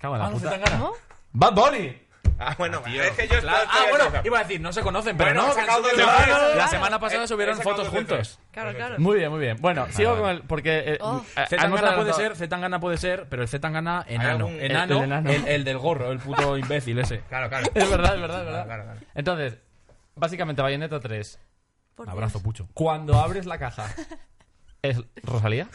Cago en Ah, la puta. ¿no? ¡Bad Bunny! Ah, bueno, es que yo. Claro. estoy- Ah, bueno, estoy- iba a decir, no se conocen, pero Bueno, no. he sacado que han dos subido- lugares. La Eh, Claro. semana pasada He- subieron he sacado fotos dos lugares. juntos. Claro, claro. Muy bien, muy bien. Bueno, sigo vale. con el... Porque... eh, Oh. eh, Z hemos Tangana puede adelantado- ser, Z Tangana puede ser, pero el Z Tangana enano. algún- Enano, el- el enano. el- el del gorro, el puto imbécil ese. Claro, claro. Es verdad, es verdad, es verdad. Claro, claro, claro. Entonces, básicamente Bayonetta 3, Por Abrazo, pucho. cuando abres la caja, es Rosalía.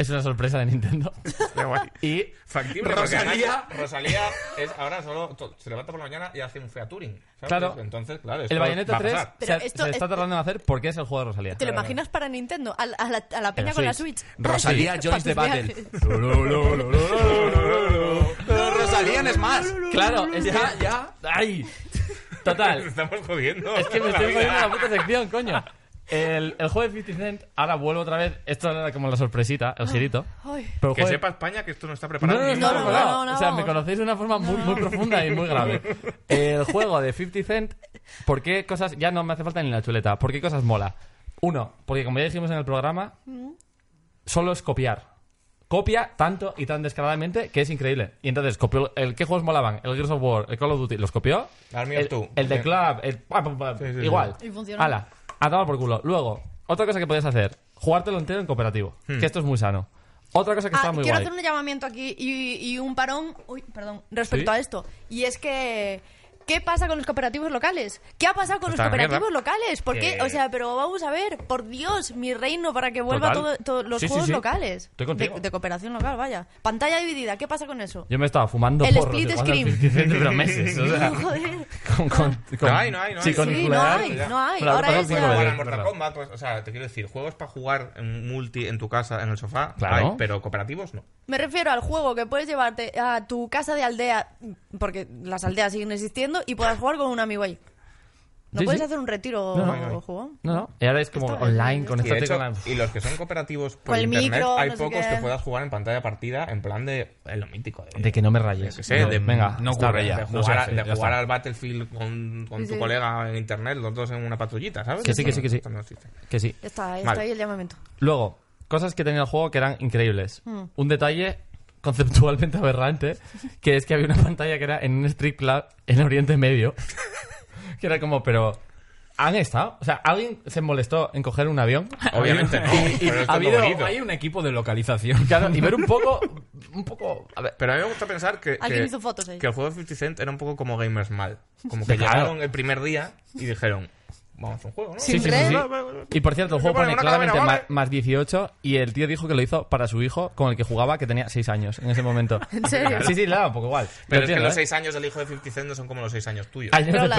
Es una sorpresa de Nintendo. Qué guay. Y Factible, porque Rosalía. además Rosalía es ahora solo to- se levanta por la mañana y hace un featuring. ¿sabes? Claro. Entonces, claro, esto el va Bayonetta a 3 pasar. se, Pero esto se está es- tardando en hacer porque es el juego de Rosalía. ¿Te lo imaginas para Nintendo? A, la- a la, a la peña En con la Switch. Switch. Rosalía Para joins the tus battle. viajes. Rosalía en Smash. Claro, es que- Ya, ya. ¡Ay! Total. Estamos jodiendo. Es que me la estoy vida. jodiendo la puta sección, coño. El, el juego de 50 Cent, ahora vuelvo otra vez. Esto era como la sorpresita, el girito. Ay. Pero el Que juego de- sepa España que esto no está No, preparado. no, no, ni- no, no, no, no, no, no, O sea, no. me conocéis de una forma muy, muy profunda y muy grave. El juego de 50 Cent, ¿por qué cosas...? Ya no me hace falta ni la chuleta. ¿Por qué cosas mola? Uno, porque como ya dijimos en el programa, Mm. solo es copiar. Copia tanto y tan descaradamente que es increíble. Y entonces, copió el, ¿qué juegos molaban? El Gears of War, el Call of Duty, ¿los copió? Army of el, Two. el de Sí. Club, el... pa, pa, pa, Sí, sí, sí. igual. Y funcionó. Ala, a tomar por culo. Luego, otra cosa que podías hacer, jugártelo entero en cooperativo, Hmm. que esto es muy sano. Otra cosa que Ah, está muy quiero guay. hacer un llamamiento aquí y, y un parón uy, perdón, respecto Sí. a esto. Y es que... ¿Qué pasa con los cooperativos locales? ¿Qué ha pasado con Pues Está los en la mierda. cooperativos locales? ¿Por qué? Que- O sea, pero vamos a ver, por Dios, mi reino para que vuelva todo- Total. todos los Sí, sí, juegos sí. locales. Estoy contigo. De, de cooperación local, vaya. Pantalla dividida, ¿qué pasa con eso? Yo me estaba fumando El porros split igual al screen. 50 Cent, pero meses. o sea, Joder. Con, con, con- No hay, no hay, no hay. Sí, con Sí, no nuclear. hay, ya. no hay. Claro, Ahora pasan es cinco ya- veces. Jugar Vale, a Mortal verdad. Kombat, pues, o sea, te quiero decir, juegos para jugar en multi en tu casa, en el sofá, Claro. hay, pero cooperativos no. Me refiero al juego que puedes llevarte a tu casa de aldea, porque las aldeas siguen existiendo, y puedas jugar con un amigo ahí. No Sí, puedes sí. hacer un retiro No, no. o juego. No, no. Y ahora es como Esto- online, esto- con Y, de hecho, con la- y los que son cooperativos por Con el internet, micro, hay no sé pocos qué. que puedas jugar en pantalla partida en plan de en lo mítico. De, De que no me rayes. yo qué sé, No, de- venga, no está ocurre bien. ya, de no jugar, se a- hace, de ya jugar está. al Battlefield con, con tu sí. colega en internet, los dos en una patrullita, ¿sabes? Que sí, que sí, que sí. Esto no existe. Que sí. Ya está, ya Vale. está ahí el llamamiento. Luego, cosas que tenía el juego que eran increíbles. Hmm. Un detalle conceptualmente aberrante, que es que había una pantalla que era en un strip club en Oriente Medio. que era como, pero... ¿Han estado? O sea, ¿alguien se molestó en coger un avión? Obviamente no, ha pero esto es lo habido- bonito. Hay un equipo de localización. Claro, y ver un poco... Un poco... A ver, Pero a mí me gusta pensar que, Alguien que- hizo fotos ahí. que el juego de 50 Cent era un poco como Gamers Mal. Como que Claro. llegaron el primer día y dijeron, vamos a hacer un juego, ¿no? Sin red. Y por cierto, el juego Bueno, pone una claramente calavera, ma- ¿vale? más 18 y el tío dijo que lo hizo para su hijo con el que jugaba que tenía 6 años en ese momento. ¿En serio? Sí, sí, claro, un poco igual. Lo Pero es que entiendo, los ¿eh? 6 años del hijo de 50 Cent no son como los 6 años tuyos. Años Pero de las-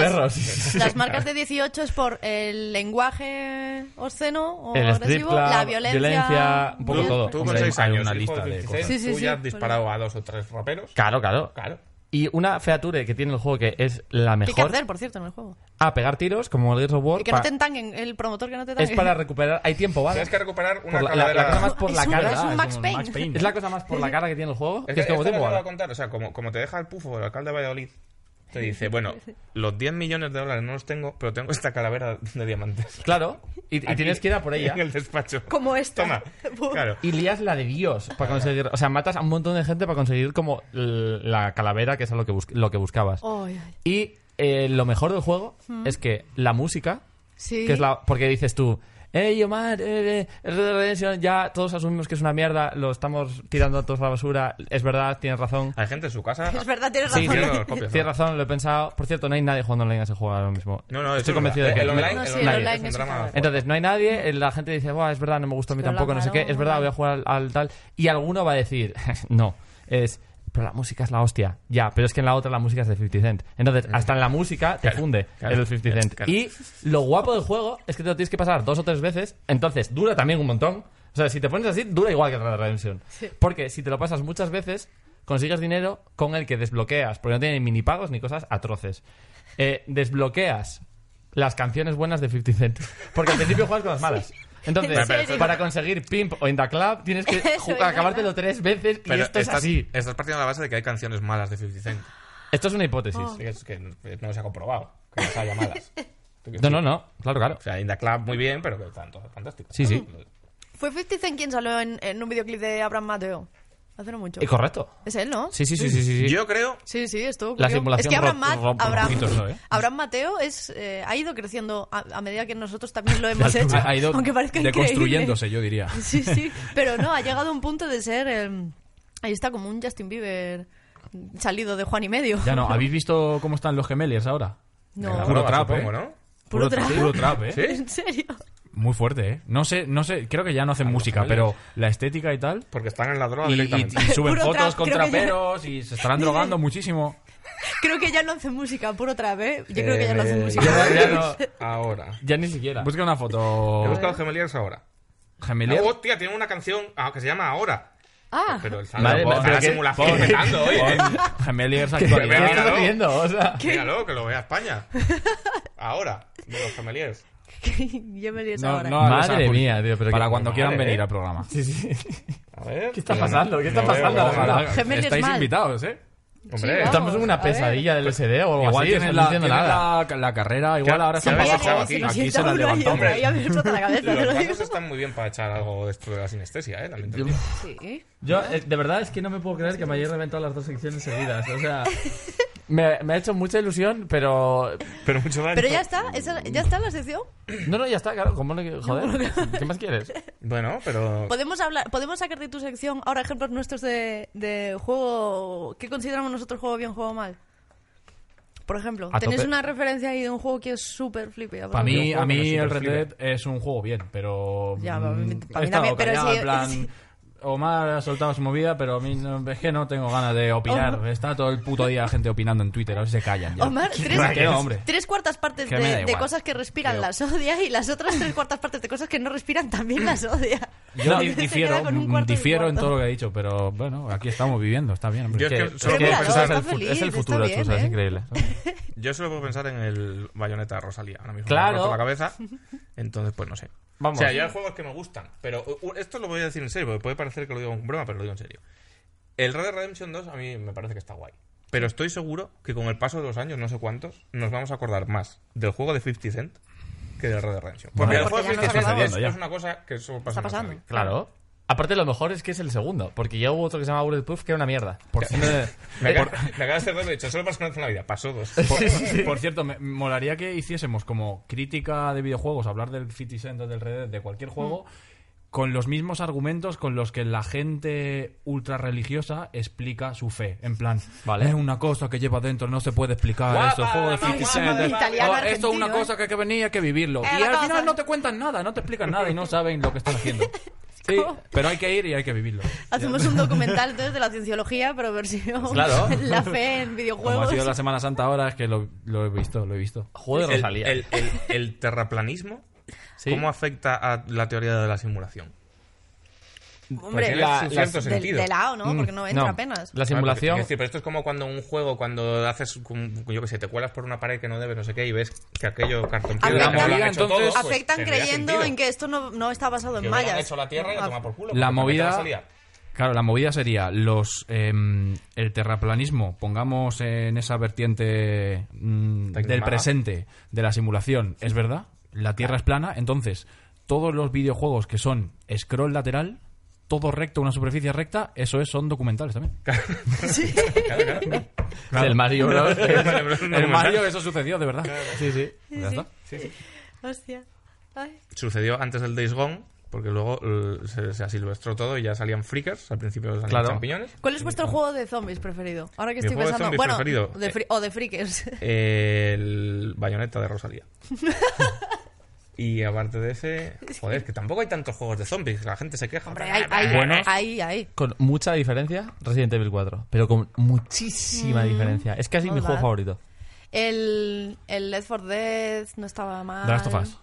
perros. Las marcas de 18 es por el lenguaje obsceno o El strip agresivo, club, la violencia. violencia, un poco ¿no? todo. Tú con Hombre, 6 hay años, una el hijo lista de de 50 cosas. Cent, Sí, sí, tú sí, ya has por disparado a dos o tres raperos. Claro, claro. Claro. Y una feature que tiene el juego que es la ¿Qué hay que mejor hacer, por cierto, en el juego? a pegar tiros como el Gears of War Y que no pa- te entanguen, el promotor que no te es tangue. para recuperar hay tiempo vale Tienes que recuperar una Por la- la- calavera. la cosa más por es la un, cara, Ah, Es un es Max Ah, como Payne. Max Payne. es la cosa más por la cara que tiene el juego Es que que es como esto tiempo no te lo vale voy a contar. O sea, como, como te deja el pufo del alcalde de Valladolid, te dice, bueno, los 10 millones de dólares no los tengo, pero tengo esta calavera de diamantes. claro y, y Aquí, tienes que ir a por ella En el despacho. Como este. esta. Toma. Claro. y lías la de Dios para conseguir o sea matas a un montón de gente para conseguir como l- la calavera que es a lo que bus- lo que buscabas Ay, ay. y eh, lo mejor del juego es que la música Sí. que es la porque dices tú Ey, Omar, eh, eh, Red Dead Redemption, ya todos asumimos que es una mierda, lo estamos tirando todos a la basura, es verdad, tienes razón. Hay gente en su casa. Es verdad, tienes Sí, razón. tiene las copias, Tienes ¿no? razón, lo he pensado. Por cierto, no hay nadie jugando online a ese juego ahora mismo. No, no, estoy convencido de que el no. online, No, sí, el el online online es un es drama. un drama. Entonces, no hay nadie, eh, la gente dice, Buah, es verdad, no me gustó a mí Pero la tampoco, no sé qué, paró, es verdad, ¿no? voy a jugar al, al tal. Y alguno va a decir, no, es, pero la música es la hostia, ya, pero es que en la otra la música es de 50 Cent. Entonces, hasta en la música te funde Mm. claro, el 50 Cent. claro. Y lo guapo del juego es que te lo tienes que pasar dos o tres veces, entonces dura también un montón. O sea, si te pones así, dura igual que la Redemption. Porque si te lo pasas muchas veces, consigues dinero con el que desbloqueas, porque no tiene ni minipagos ni cosas atroces. Eh, desbloqueas las canciones buenas de 50 Cent. Porque al principio juegas con las malas. Entonces, ¿En serio? para conseguir Pimp o In the Club, tienes que Eso, ju- In the acabártelo Club. tres veces y Pero esto es estás, así. estás partiendo de la base de que hay canciones malas de 50 Cent. Esto es una hipótesis. Sí, es que no, no se ha comprobado que las haya malas. No, no, no. Claro, claro. O sea, Inda Club muy bien, pero que están todas fantásticas. Sí, sí. Fue 50 Cent quien salió en, en un videoclip de Abraham Mateo. Hace no mucho. Eh, correcto. Es él, ¿no? Sí, sí, sí, sí, sí. sí. Yo creo Sí, sí, estuvo La curioso. simulación Es que Abraham, ro- Mat- rompe un Abraham- poquito eso, ¿eh? Abraham Mateo es, eh, ha ido creciendo a, a medida que nosotros también lo hemos hecho. Ha ha ido aunque parezca increíble. deconstruyéndose, yo diría. Sí, sí, pero no, ha llegado a un punto de ser. eh, ahí está como un Justin Bieber salido de Juan y medio. Ya no, ¿habéis visto cómo están los gemeliers ahora? No. Venga, Puro broma, trap, supongo, ¿eh? ¿no? Puro trap. Puro trap, ¿eh? ¿Sí? ¿En serio? Muy fuerte, ¿eh? No sé, no sé, creo que ya no hacen música, pero la estética y tal... Porque están en la droga Y, y- directamente. y suben Puro fotos trap, con creo que ya- traperos y se estarán drogando muchísimo. Creo que ya no hacen música, puro trap, ¿eh? Yo creo que ya no hacen Eh, música. Ya no- Ahora. ya ni siquiera. Busca una He foto... buscado Gemeliers ahora. Ah, ¿Gemelier? Hostia, tiene una canción ah, que se llama Ahora. Ah, Pero Madre el Sandra mía, está pero la que- simulación pobre. petando, oye. Gemeliers ¿Qué Venga, actualidad. estás no. viendo? O sea... Míralo, que lo vea España. Ahora, de los Gemeliers. yo me lío No, ahora. no hables Madre a- mía, tío, pero Para qué- cuando quieran madre, venir ¿eh? al programa. Sí, sí. A ver. ¿Qué está Venga, pasando? ¿Qué está no veo, pasando? no veo. Ojalá. Gemeliers Estáis mal. invitados, ¿eh? Sí, Hombre, vamos. Estamos en a una ver. pesadilla del SD o algo Igual Oh, así. tienen, No la, entiendo tienen nada. la- la carrera, igual ¿Qué- ahora qué están habéis Ay, ay, pasado pasando ay, aquí. se nos aquí sienta se la uno ahí, levantó, hombre, hombre. ya me explota la cabeza, te lo los digo. vasos están muy bien para echar algo de esto de la sinestesia, ¿eh? También te lo digo. Sí. Yo, eh, de verdad, es que no me puedo creer que me hayáis reventado las dos secciones seguidas. O sea, me, me ha hecho mucha ilusión, pero. Pero mucho daño. Pero ya está, esa- ya está la sección. No, no, ya está, claro. ¿Cómo no? que- Joder, ¿qué más quieres? Bueno, pero... Podemos hablar, podemos sacar de tu sección ahora ejemplos nuestros de, de juego que consideramos nosotros juego bien, juego mal. Por ejemplo, A tenéis tope. una referencia ahí de un juego que es súper flippy. Para mí, a que mí es el superflipe. Red Dead es un juego bien, pero. Ya, mm, pa' mí he también, estado pero callado, sí, en plan, sí. Omar ha soltado su movida, pero a mí no, es que no tengo ganas de opinar. Está todo el puto día gente opinando en Twitter, a ver si se callan. Ya. Omar, ¿Qué tres, me quedo, hombre? tres cuartas partes Que de, me da de igual. cosas que respiran las odia y las otras tres cuartas partes de cosas que no respiran también las odia. Yo Entonces di- se difiero, queda con un mm, cuarto y difiero en cuarto. todo lo que ha dicho, pero bueno, aquí estamos viviendo, está bien. Hombre. Yo es que solo Que- Pero puedo mira, pensar- está es el, fu- feliz, es el está futuro, bien, Chusa, es ¿eh? increíble. Yo solo puedo pensar en el bayoneta de Rosalía. Ahora mismo Claro. me he roto la cabeza. Entonces, pues no sé. Vamos. O sea, yo hay juegos que me gustan. Pero uh, uh, esto lo voy a decir en serio, porque puede parecer que lo digo en broma, pero lo digo en serio. El Red Dead Redemption 2 a mí me parece que está guay. Pero estoy seguro que con el paso de los años, no sé cuántos, nos vamos a acordar más del juego de 50 Cent que del Red Dead Redemption. Porque Vale. el juego Porque de ya 50 nos Cent es, acordamos ya. es una cosa que solo Está pasa en nuestra pasando. vida. Claro. Aparte, lo mejor es que es el segundo, porque ya hubo otro que se llama Bulletproof Proof que era una mierda. Por cierto, Me, Eh, acaba- me acabas de haber dicho, solo pasa una vez en la vida. Pasó dos. por, por cierto, me molaría que hiciésemos como crítica de videojuegos, hablar del City Center, del Red Dead, de Mm. cualquier juego, con los mismos argumentos con los que la gente ultra religiosa explica su fe. En plan, Vale. es una cosa que lleva dentro, no se puede explicar Guapa, eso, juego de guapa, 50 guapa, Cent. italiano, Oh, esto es una argentino, cosa que hay que venir, hay que vivirlo. Es Y la al cosa. final no te cuentan nada, no te explican nada y no saben lo que están haciendo. Sí, pero hay que ir y hay que vivirlo. Hacemos un documental entonces de la cienciología, pero versión Claro. la fe en Como ha videojuegos. sido la Semana Santa ahora, es que lo, lo he visto, lo he visto. Juego de el, Rosalía. el- el- el terraplanismo, Sí. ¿cómo afecta a la teoría de la simulación? Hombre, tiene la- su la- cierto del- sentido. de lado, ¿no? Porque Mm. no entra No. apenas. La Claro, porque, quiero simulación. decir, pero esto es como cuando un juego, cuando haces, un- yo que sé, te cuelas por una pared que no debes, no sé qué, y ves que aquello cartón piedra, Afecta- como lo han hecho entonces- todos, pues, Afectan tendría creyendo sentido. en que esto no, no está basado Que en hubieran mallas. hecho la tierra y a Ah, tomar por culo. La porque ¿para qué te movida- vas a liar? Claro, la movida sería los em, el terraplanismo, pongamos en esa vertiente mm, del Tecnomaga. presente de la simulación, es verdad, la Tierra es plana, entonces todos los videojuegos que son scroll lateral, todo recto, una superficie recta, eso es, son documentales también. Claro, claro. El Mario Bros. el Mario eso sucedió, de verdad. Sí, sí. Ya está. Hostia. Ay. Sucedió antes del Days Gone, porque luego eh, se, se asilvestró todo y ya salían freakers, al principio salían Claro. champiñones. ¿Cuál es vuestro juego de zombies preferido? Ahora que Mi estoy juego de pensando. zombies bueno, preferido. eh. de fri- o de freakers. El bayoneta de Rosalía. y aparte de ese, joder, que tampoco hay tantos juegos de zombies, la gente se queja. Hombre, hay, hay, Buenos. hay, hay. Con mucha diferencia, Resident Evil 4. Pero con muchísima Mm. diferencia. Es casi mi hola. juego favorito. El, el Left 4 Dead no estaba mal. The Last of Us.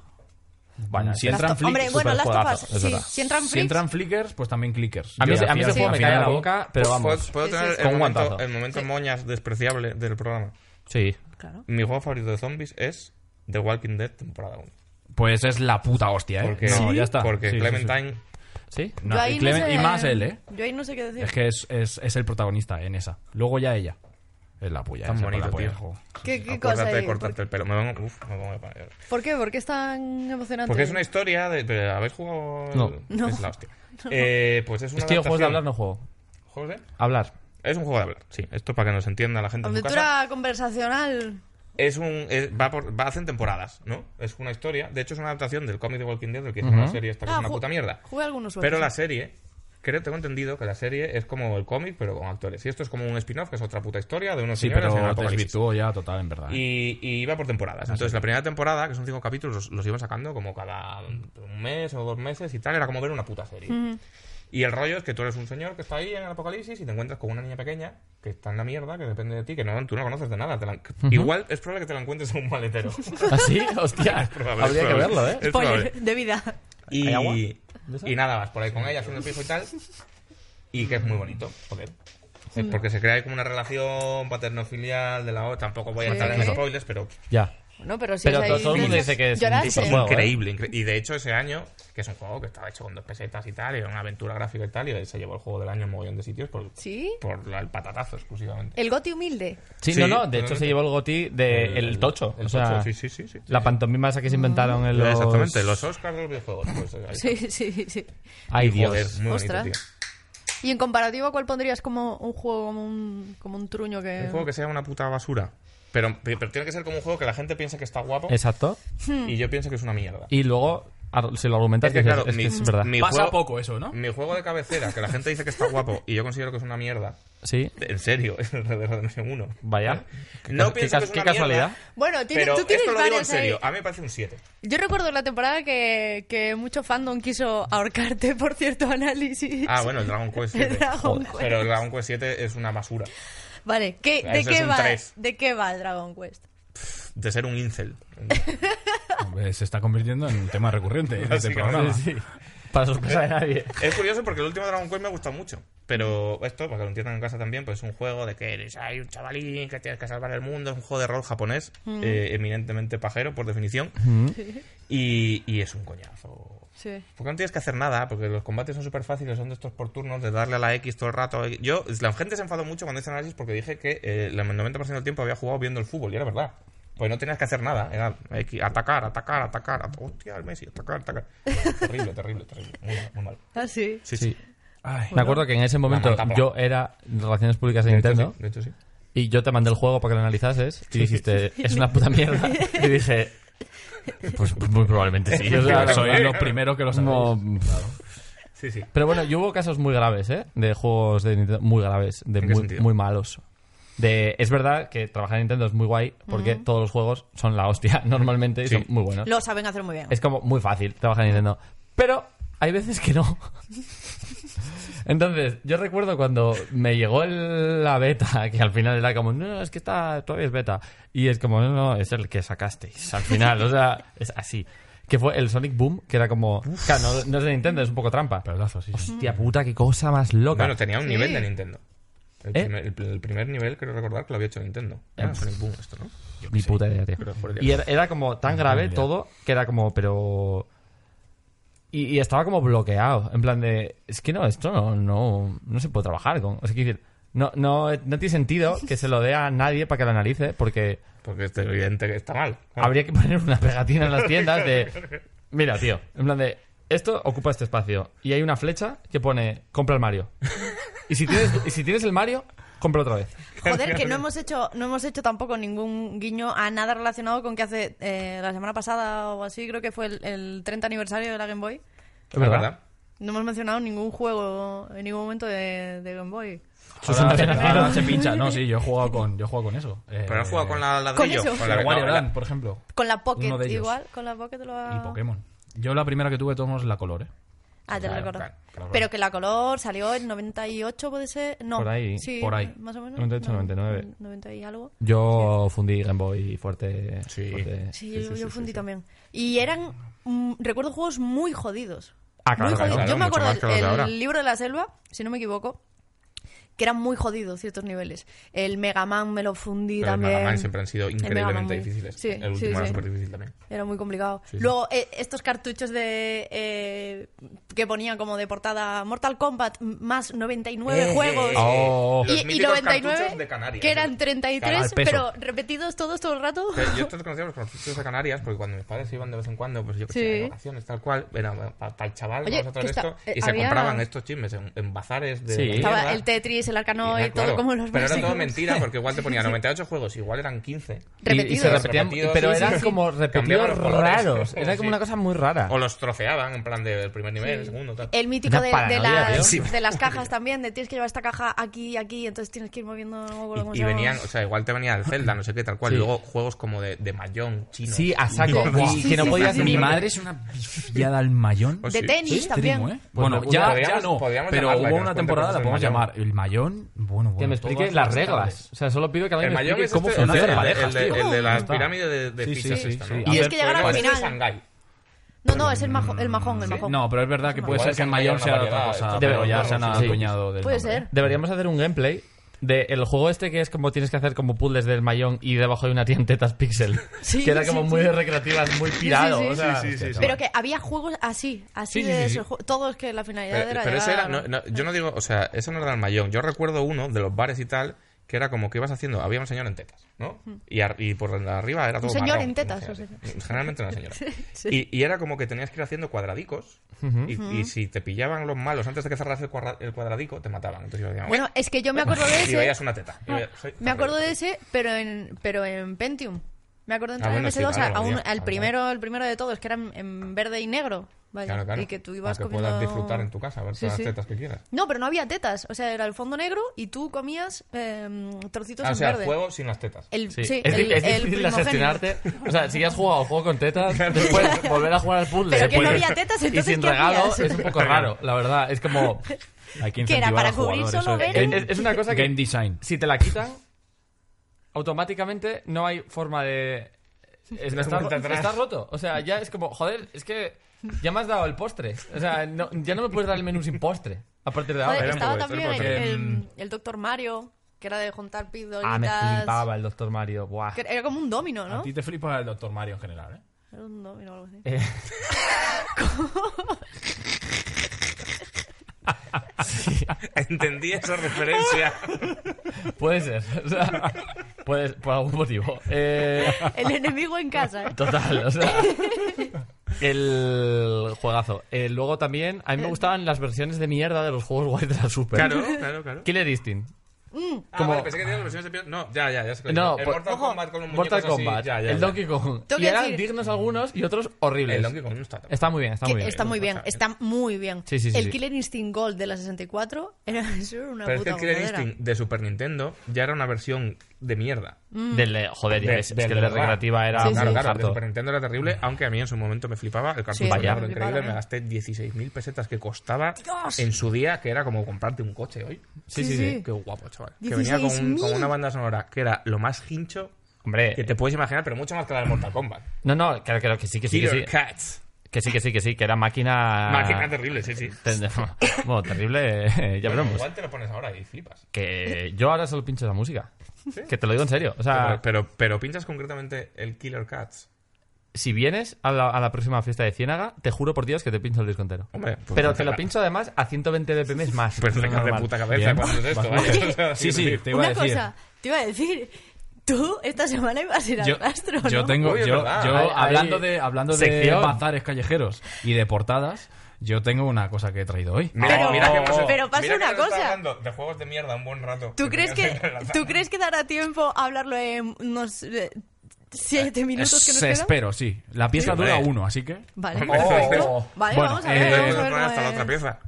Bueno, Si es- entran Last of- Hombre, flickers, bueno, Last of superjuegazo, Us. es Sí, verdad. si entran si freaks. entran flickers, pues también clickers. A mí, Yo ese- a al mí ese juego final- me al cae en la final- boca, pero vamos. Puedo, puedo Sí, sí, tener sí. el Con un momento, guantazo. el momento moñas despreciable del programa. Sí. Claro. Mi juego favorito de zombies es The Walking Dead temporada 1. Pues es la puta hostia, ¿eh? Porque, No, ya está. porque Sí, sí, sí. Clementine ¿Sí? No, Yo y ahí no Clemen- sé- y más él, ¿eh? Yo ahí no sé qué decir. Es que es, es, es el protagonista en esa. Luego ya ella. Es la puya. Tan es la bonito, polla, tío. el juego. ¿Qué, qué cosa acuérdate de hay? ¿Por, cortarte el pelo. Me pongo, uf, me pongo a poner. por qué? ¿Por qué es tan emocionante? Porque es una historia de... pero ¿Habéis jugado...? el- No. No. Es la hostia. Eh, pues es una Tío, juegos de adaptación- hablar no juego. ¿Juegos de? Hablar. Es un juego de hablar, sí. Esto para que nos entienda la gente en su casa. Aventura conversacional. Es un, es- va por, va, hacen temporadas, ¿no? Es una historia. De hecho, es una adaptación del cómic de Walking Dead, del que hizo una serie esta que es Ah, una ju- puta mierda. Jugué algunos sueltos. Pero la serie, creo, tengo entendido que la serie es como el cómic, pero con actores. Y esto es como un spin-off, que es otra puta historia de unos Sí, señores en el pero apocalipsis. desvirtuó ya total, en verdad. ¿eh? Y, y iba por temporadas. Ah, Entonces, la primera temporada, que son cinco capítulos, los, los iban sacando como cada un mes o dos meses y tal. Era como ver una puta serie. Y el rollo es que tú eres un señor que está ahí en el apocalipsis y te encuentras con una niña pequeña que está en la mierda, que depende de ti, que no, tú no conoces de nada. Te la- Igual es probable que te la encuentres en un maletero. ¿Ah, ¿Así? Hostia. Probable, es Habría que probable. verlo, ¿eh? Es probable. Spoiler, de vida. Y, ¿Hay agua? y nada, vas por ahí con ella haciendo pijo y tal. Y que es muy bonito, joder. Es porque se crea ahí como una relación paternofilial de la otra. Tampoco voy a Sí. entrar en Claro. spoilers, pero Ya. Bueno, pero si Pero es todo- ahí- todo el mundo dice que es un Lloraste. tipo de juego. increíble. incre- y de hecho, ese año, que es un juego que estaba hecho con dos pesetas y tal, y era una aventura gráfica y tal, y se llevó el juego del año en mogollón de sitios por, ¿Sí? por la- el patatazo Eh, exclusivamente. El goti humilde. Sí, Sí, no, no. De hecho, totalmente. se llevó el goti de el tocho. El o sea, tocho, sí, sí, sí. sí, sí, la sí. pantomima esa que se inventaron en los... Exactamente, los Oscars de los videojuegos. Pues, ahí está. Sí, sí, sí. Ay, Dios. Joder, muy bonito, Ostras. tío. Y en comparativo, ¿cuál pondrías como un juego, como un, como un truño que... Un juego que sea una puta basura. Pero, pero tiene que ser como un juego que la gente piensa que está guapo Exacto. y yo pienso que es una mierda. Y luego, ar- si lo argumentas, Es que, dices, claro, es, mi- que es verdad. mi- Pasa juego- poco eso, ¿no? Mi juego de cabecera, que la gente dice que está guapo y yo considero que es una mierda, Sí. En serio, es el Red Dead Redemption 1. Vaya. No Qué pienso cas- que es qué una casualidad. mierda, Bueno, tiene- pero tú tienes esto lo digo en varias ahí. serio. ah. A mí me parece un 7. Yo recuerdo la temporada que, que mucho fandom quiso ahorcarte por cierto análisis. Ah, bueno, el Dragon Quest 7. El Dragon Joder. Quest. Pero el Dragon Quest 7 es una basura. Vale, ¿qué- Ah, de, ese es qué un va, tres. ¿de qué va el Dragon Quest? De ser un incel. Hombre, se está convirtiendo en un tema recurrente en este Básicamente, programa. Sí, sí. Para sorpresa de nadie. Es curioso porque el último Dragon Quest me ha gustado mucho. Pero esto, para que lo entiendan en casa también, pues es un juego de que eres hay un chavalín que tienes que salvar el mundo. Es un juego de rol japonés, Mm. eh, eminentemente pajero, por definición. Y, y es un coñazo. Sí. Porque no tienes que hacer nada, porque los combates son súper fáciles, son de estos por turnos, de darle a la X todo el rato. Yo, la gente se enfadó mucho cuando hice análisis porque dije que eh, el 90% del tiempo había jugado viendo el fútbol, y era verdad. Pues no tenías que hacer nada, era X, atacar, atacar, atacar, at- hostia, el Messi, atacar, atacar. terrible, terrible, terrible. Muy mal, muy mal. Ah, sí. Sí, Sí. Ay, Me acuerdo que en ese momento manta yo era Relaciones Públicas de De hecho, Nintendo sí, de hecho, sí. y yo te mandé el juego para que lo analizases y dijiste, es una puta mierda. Y dije, pues muy probablemente sí. O sea, soy los primeros que lo sabéis. como- Sí, sí. Pero bueno, y hubo casos muy graves, ¿eh? De juegos de Nintendo muy graves, de ¿En qué muy, sentido? muy malos. De, es verdad que trabajar en Nintendo es muy guay porque todos los juegos son la hostia normalmente y Sí. son muy buenos. Lo saben hacer muy bien. Es como muy fácil trabajar en Nintendo. Pero hay veces que no. Entonces, yo recuerdo cuando me llegó el- la beta, que al final era como, no, es que está, todavía es beta. Y es como, no, no, es el que sacasteis al final. O sea, es así. Que fue el Sonic Boom, que era como, claro, no, no es de Nintendo, es un poco trampa. Pedazo, sí, sí. Hostia puta, qué cosa más loca. Bueno, tenía un Sí. nivel de Nintendo. El, ¿Eh? primer, el- el primer nivel, creo recordar, que lo había hecho Nintendo. Era Sonic Boom esto, ¿no? Ni puta idea, tío. Pues Pero por el Y era, era como tan grave todo que era como, pero. Y, y estaba como bloqueado. En plan de. Es que no, esto no, no, no se puede trabajar con. O sea, quiero decir, no, no, no tiene sentido que se lo dé a nadie para que lo analice, porque Porque es evidente que está mal. habría que poner una pegatina en las tiendas de. Mira, tío. En plan de. Esto ocupa este espacio. Y hay una flecha que pone. Compra el Mario. Y si tienes, y si tienes el Mario, compra otra vez. Joder, que no hemos hecho no hemos hecho tampoco ningún guiño a nada relacionado con que hace eh, la semana pasada o así, creo que fue el, el 30 aniversario de la Game Boy. Es verdad. No hemos mencionado ningún juego en ningún momento de, de Game Boy. Ahora, ahora se pincha. No, sí, yo he jugado con, yo he jugado con eso. Eh, Pero has jugado con la ladrillo. eso. Con la la, no, Wario la- Land, por ejemplo. Con la Pocket, Uno de ellos. igual, con la Pocket lo ha... Y Pokémon. Yo la primera que tuve, de todos modos, la color, ¿eh? Ah, te lo Claro, recuerdo. claro, claro. Pero que la color salió en 98, puede ser. No, Por ahí, sí, por ahí. Más o menos. 98, No, 99. 90 y algo. Yo fundí Game Boy fuerte. Sí. fuerte. Sí, yo, yo fundí también. Y eran, mm, recuerdo juegos muy jodidos. Ah, claro, muy claro, jodidos. claro, Yo me mucho más que los de acuerdo ahora. el libro de la selva, si no me equivoco, que eran muy jodidos ciertos niveles. El Mega Man me lo fundí Pero el también. Mega Man siempre han sido increíblemente muy- difíciles. sí, el último sí, era sí. súper difícil también. Era muy complicado. Sí, sí. Luego, eh, estos cartuchos de eh, que ponían como de portada Mortal Kombat m- más 99 Eh, juegos. eh, Oh. Los Y, y míticos cartuchos 99, de Canarias. ¿eh? que eran Claro, 33, al peso. pero repetidos todos todo el rato. Pero yo estos conocía los cartuchos de Canarias porque cuando mis padres iban de vez en cuando, pues yo que Sí. sé, de vacaciones, tal cual, era para el chaval, Oye, vamos a traer que está- esto, y eh, se había- compraban estos chismes en, en bazares de. Sí. la Estaba mierda. el Tetris, el Arcanoid, Y, ah, claro, todo como los Pero era todo básicos. mentira porque igual te ponía 98 juegos, igual eran 15. Y, y se Repetidos. repetían, Repetidos, pero sí, sí, eran sí. como Cambiaban repetidos los colores. raros. Era como Sí. una cosa muy rara. O los trofeaban en plan del primer nivel, segundo, tal. El mítico Una de, paranoia, de las, tío. de las cajas también, de tienes que llevar esta caja aquí, aquí, entonces tienes que ir moviendo... no me acuerdo cómo Y, se y llama. venían, o sea, igual te venía el Zelda, no sé qué, tal cual. Sí. Y luego juegos como de, de mayón, chino. Sí, a saco. Y que no podías Mi madre es una pifiada al mayón. Pues De sí. tenis Es también. extremo, ¿eh? bueno, pues, ya, podríamos- ya no. podríamos Pero llamarla, que hubo nos una cuente temporada, la cosas podemos del mayón. llamar. El mayón, bueno, bueno. Que me explique todas las tardes. reglas. O sea, solo pido que alguien El me mayor explique es cómo este, el, funciona de- las el de- parejas, el tío. de- el de las Está. pirámides de, de Sí, sí, pizzas sí, esta, sí. ¿no? Y A es ver, que llegar al pues ese es final. Shanghái. No, no, es el, majo- el majón, Mm, el majón. No, pero es verdad que puede Igual ser que el Shanghai mayón era sea una otra variedad, cosa, eso, pero pero ya bueno, se han sí. adueñado del Puede nombre. ser. Deberíamos hacer un gameplay del juego este que es como tienes que hacer como puzzles del mayón y debajo hay una tía en tetas pixel. Sí, que era sí, como sí. muy de recreativas, muy pirado. Sí, sí, o sea, sí, sí, sí, sí. Pero que había juegos así, así Sí, sí, de sí, sí. esos juegos, todos que la finalidad Pero, era pero ese llegar era, a- no- no, yo no digo, o sea, eso no era el mayón. Yo recuerdo uno de los bares y tal, que era como que ibas haciendo, había un señor en tetas, ¿no? Y, ar- y por arriba era todo señor marrón, en tetas, imagínate. o Generalmente una señora. sí. y, y era como que tenías que ir haciendo cuadradicos, y, y si te pillaban los malos antes de que cerras el, cuadra- el cuadradico, te mataban. Entonces ibas diciendo, Bueno, es que yo me acuerdo de "Uy", y veías ese. una teta. Y veías, "Soy Me acuerdo de terrible". ese, pero en, pero en Pentium. Me acuerdo en Ah, bueno, MS2 sí, claro, a un- obvio, al claro. primero, el primero de todos, que era en, en verde y negro. Vaya, Claro, claro. Y que tú ibas Para que comiendo... puedas disfrutar en tu casa, ver Sí, todas sí. las tetas que quieras. No, pero no había tetas. O sea, era el fondo negro y tú comías eh, trocitos Ah, o en sea, verde. Eh. juego sin las tetas. El, sí. Sí. es, di- el, es el difícil de primogénito. gestionarte. O sea, si ya has jugado al juego con tetas, después volver a jugar al puzzle Pero que no después- había tetas, y entonces, sin ¿qué regalo hacías? es un poco raro, la verdad. Es como. Hay que Que era incentivar para al jugador, cubrir eso solo ver es- Game- el- Es, es una cosa que. Game design. Si te la quitan, automáticamente no hay forma de. es- No hay está, vuelta ro- atrás. está roto. O sea, ya es como, joder, es que ya me has dado el postre. O sea, no- ya no me puedes dar el menú sin postre. A partir de Joder, ahora. Era estaba un poco también el, esto, era un el, el Doctor Mario, que era de juntar pildoritas. Ah, me flipaba el Doctor Mario. Buah. Que era como un domino, A ¿no? ti te flipa el Doctor Mario en general, ¿eh? Era un domino o algo así. Eh, Entendí esa referencia. puede ser. O sea, puede- por algún motivo. Eh, El enemigo en casa, ¿eh? Total, o sea. El juegazo. Eh, luego también, a mí me gustaban las versiones de mierda de los juegos guay de la Super. claro, claro, claro. Killer Instinct. Ah, Como- vale, pensé que tenías versiones de piedra. No, ya, ya, ya. sé cuál No, es. el por- Mortal pues, ojo, Kombat con los Mortal muñecos así, Kombat. ya, ya, el ya. Donkey Kong. Tengo Y que eran decir- dignos algunos y otros horribles. El Donkey Kong no está tan Está muy bien, está Que muy bien. está muy bien, O sea, está muy bien. Sí, sí, sí, el sí. Killer Instinct Gold de la 64 era eso era una Pero es que puta el Killer gozadera. Instinct de Super Nintendo ya era una versión de mierda. Del, eh, joder, ya De- ves, es del que de el de verdad. recreativa era Mm. Sí, un sí. Claro, claro, el de harto. Super Nintendo era terrible, aunque a mí en su momento me flipaba el cartucho. Sí, Vaya. me negro flipaba increíble, también. me gasté 16.000 pesetas que costaba Dios. en su día, que era como comprarte un coche hoy. Sí, Sí, sí, sí. sí. Qué guapo, chaval. Que venía con, un- 16.000. con una banda sonora que era lo más hincho Hombre, que te puedes imaginar, pero mucho más que la de Mortal Kombat. no, no, creo, creo que sí, que sí, que Killer sí. Ah. Cats. Que sí, que sí, que sí, que era máquina... Máquina terrible, sí, sí. Ten- Bueno, terrible, eh, ya Pero veremos. igual te lo pones ahora y flipas. Que yo ahora solo pincho esa música. Que te lo digo en serio. O sea, Pero, pero, pero pinchas concretamente el Killer Cats. si vienes a la, a la próxima fiesta de Ciénaga, te juro por Dios que te pincho el disco entero. Hombre, pues Pero entonces te lo la- pincho además a 120 BPM más. Pero Pues te Pues No caes de normal. puta cabeza Bien. cuando es esto, Oye, vaya. O sea, Sí, sí, quiero te decir, iba a Una decir. cosa, te iba a decir, tú esta semana ibas a ir al Yo, rastro, yo ¿no? tengo, Uy, es yo, verdad. yo Hay- hablando hay de hablando de sección. bazares callejeros y de portadas, yo tengo una cosa que he traído hoy. Mira, Pero- mira que hemos- pero pasa mira que una hemos estado cosa. hablando de juegos de mierda un buen rato. ¿Tú crees que, teníamos ¿Tú crees que dará tiempo a hablarlo en unos eh, siete minutos que nos Se quedan? espero, sí. La pieza Sí, dura hombre. uno, así que. eh, Vale, Hombre, perfecto. Vale, Bueno, vamos a ver, eh, vamos a Nos ver ponen hasta la cómo otra es. pieza.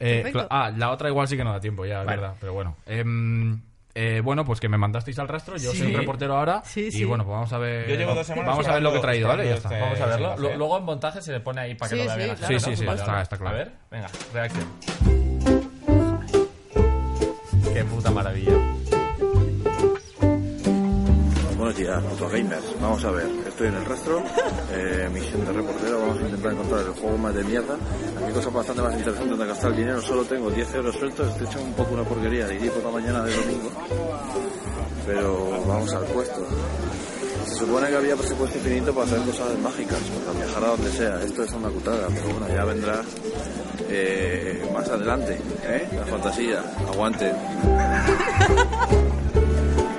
Eh, Perfecto. cla- ah, la otra igual sí que no da tiempo, ya, es verdad. Pero bueno. Em, eh, bueno, pues que me mandasteis al rastro. Yo soy un reportero ahora. Sí, sí. Y bueno, pues vamos a ver. Yo llevo dos semanas Vamos a ver lo que he traído, ¿vale? Ya esperando está. este- Vamos a verlo. Lo- lo- luego en montaje se le pone ahí para que que Sí, lo lo vea vea sí, bien la claro, gente, ¿no? Pues vale, ¿no? A A ver, ver, venga, reacción. Qué puta maravilla. Buenos días, gamers. Vamos a ver, estoy en el rastro, eh, misión de reportero, vamos a intentar encontrar el juego más de mierda. Aquí hay cosas bastante más interesantes de gastar el dinero, solo tengo 10 euros sueltos, estoy hecho un poco una porquería, iré por la mañana de domingo. Pero vamos al puesto. Se supone que había presupuesto infinito para hacer cosas mágicas, para viajar a donde sea, esto es una cutada, pero bueno, ya vendrá eh, más adelante, ¿eh? La fantasía, aguante.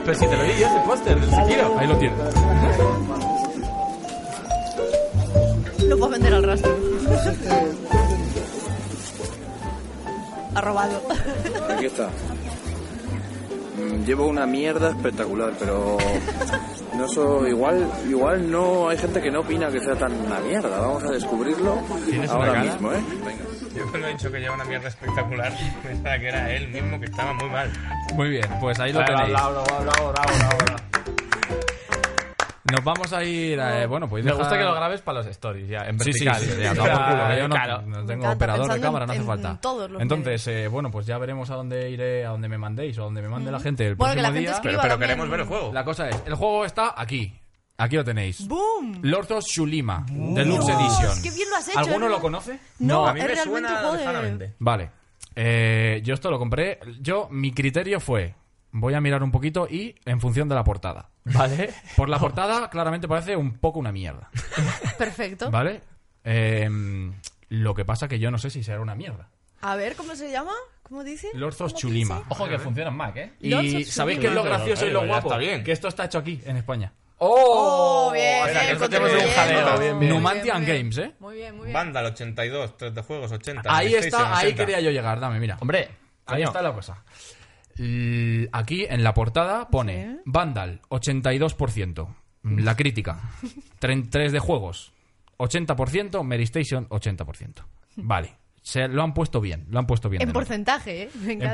Pero Pues si te lo di yo ese póster del Sekiro. Ahí lo tienes. Lo puedo vender al rastro. ha robado. Aquí está. Mm, Llevo una mierda espectacular, pero no so, igual igual no hay gente que no opina que sea tan una mierda. Vamos a descubrirlo ahora mismo, ¿eh? Yo cuando he dicho que lleva una mierda espectacular, pensaba que era él mismo que estaba muy mal. Muy bien, pues ahí lo tenéis. Nos vamos a ir. a, eh, bueno, pues. Me deja- gusta que lo grabes para los stories, ya, en Sí, sí, vertical. sí, ya, O toma por sea, culo, que yo no, claro. Me no tengo encanta, operador de pensando cámara, no en- hace en falta. todos los Entonces, eh, bueno, pues ya veremos a dónde iré, a dónde me mandéis o a dónde me mande la gente el Bueno, que la próximo gente día. escriba Pero, pero también. queremos ver el juego. La cosa es, el juego está aquí. Aquí lo tenéis. ¡Boom! Lortos Shulima, Deluxe Dios, Edition. ¡Qué bien lo has hecho! ¿Alguno ¿eh? lo conoce? No, a mí es me realmente suena un juego de- lejanamente. Vale. Eh, yo esto lo compré. Yo, mi criterio fue: voy a mirar un poquito y en función de la portada. Vale. Por la portada, claramente parece un poco una mierda. Perfecto. ¿Vale? Eh, lo que pasa que yo no sé si será una mierda. A ver, ¿cómo se llama? ¿Cómo dice? Lords of ¿Cómo Chulima. dice? Ojo que funciona en Mac, ¿eh? Lords Y of ¿sabéis Chulima. qué es lo Pero, gracioso y pero lo ya guapo? está bien. Que esto está hecho aquí, en España. ¡Oh! bien, Espera, que bien, esto tenemos un contribuyendo. jaleo, bien, bien. Numantian Muy bien, Games, ¿eh? Muy bien, muy bien. Vandal 82, 3 de juegos 80. Ahí PlayStation está, ahí 80. quería yo llegar, dame, mira. Hombre, Ahí coño. está la cosa. L- Aquí en la portada pone Vandal 82%, Mm, La crítica. 33 de juegos. 80%, Mary Station, 80%. Vale. Se, lo han puesto bien, lo han puesto bien. En de nota. porcentaje, ¿eh? Me encanta. En